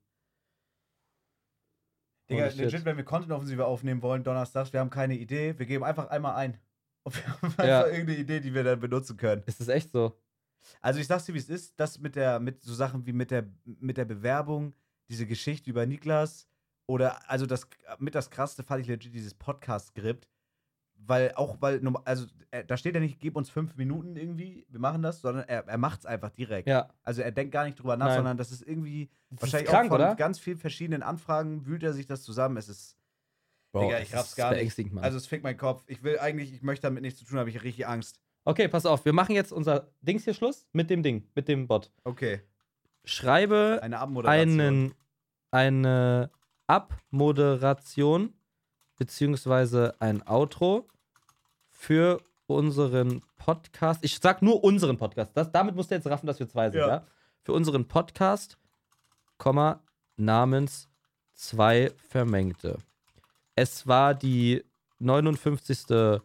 S2: Digga,
S1: Holy shit.
S2: legit, wenn wir Content-Offensive aufnehmen wollen, donnerstags, wir haben keine Idee, wir geben einfach einmal ein. Und wir haben einfach
S1: Ja.
S2: irgendeine Idee, die wir dann benutzen können.
S1: Ist das echt so?
S2: Also ich sag's dir, wie es ist, das mit der, mit so Sachen wie mit der, mit der Bewerbung, diese Geschichte über Niklas oder also das mit das krasseste fand ich legit dieses Podcast-Skript. Weil auch, weil, norm- also äh, da steht ja nicht, gib uns fünf Minuten irgendwie, wir machen das, sondern er, er macht's einfach direkt.
S1: Ja.
S2: Also er denkt gar nicht drüber nach,
S1: Nein.
S2: sondern das ist irgendwie
S1: Das
S2: wahrscheinlich
S1: ist krank,
S2: auch von
S1: oder?
S2: ganz vielen verschiedenen Anfragen wühlt er sich das zusammen. Es ist. Digga, ich raff's
S1: Das ist
S2: gar nicht.
S1: beängstigend, Mann.
S2: Also es fickt meinen Kopf. Ich will eigentlich, ich möchte damit nichts zu tun, habe ich richtig Angst.
S1: okay, pass auf. Wir machen jetzt unser Dings hier Schluss mit dem Ding, mit dem Bot.
S2: Okay.
S1: Schreibe
S2: Eine Abmoderation.
S1: einen, eine Abmoderation beziehungsweise ein Outro für unseren Podcast. Ich sag nur unseren Podcast. Das, damit musst du jetzt raffen, dass wir zwei sind,
S2: Ja.
S1: ja? Für unseren Podcast, Komma, namens Zwei Vermengte. Es war die 59.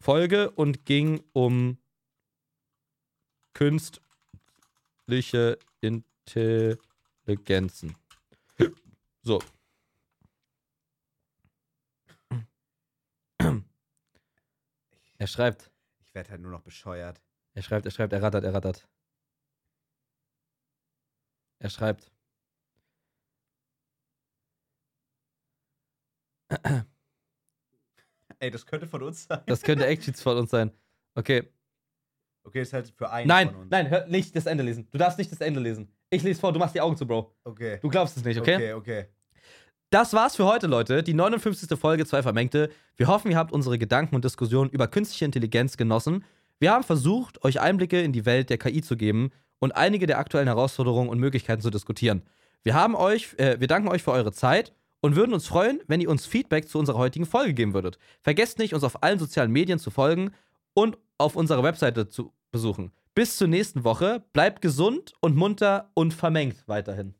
S1: Folge und ging um künstliche Intelligenzen. So. Er schreibt,
S2: Ich werde halt nur noch bescheuert.
S1: er schreibt, er schreibt, er rattert, er rattert. Er schreibt.
S2: Ey, das könnte von uns sein.
S1: Das könnte Actions von uns sein. Okay.
S2: Okay, ist halt für einen von
S1: Nein,
S2: uns.
S1: nein, hör nicht das Ende lesen. Du darfst nicht das Ende lesen. Ich lese vor, du machst die Augen zu, Bro.
S2: Okay.
S1: Du glaubst es nicht, okay?
S2: Okay, okay.
S1: Das war's für heute, Leute. Die 59. Folge Zwei Vermengte. Wir hoffen, ihr habt unsere Gedanken und Diskussionen über künstliche Intelligenz genossen. Wir haben versucht, euch Einblicke in die Welt der KI zu geben und einige der aktuellen Herausforderungen und Möglichkeiten zu diskutieren. Wir, haben euch, äh, wir danken euch für eure Zeit und würden uns freuen, wenn ihr uns Feedback zu unserer heutigen Folge geben würdet. Vergesst nicht, uns auf allen sozialen Medien zu folgen und auf unserer Webseite zu besuchen. Bis zur nächsten Woche. Bleibt gesund und munter und vermengt weiterhin.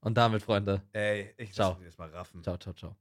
S1: Und damit, Freunde.
S2: Ey, ich
S1: Ciao.
S2: lass mich jetzt mal raffen.
S1: Ciao, ciao, ciao.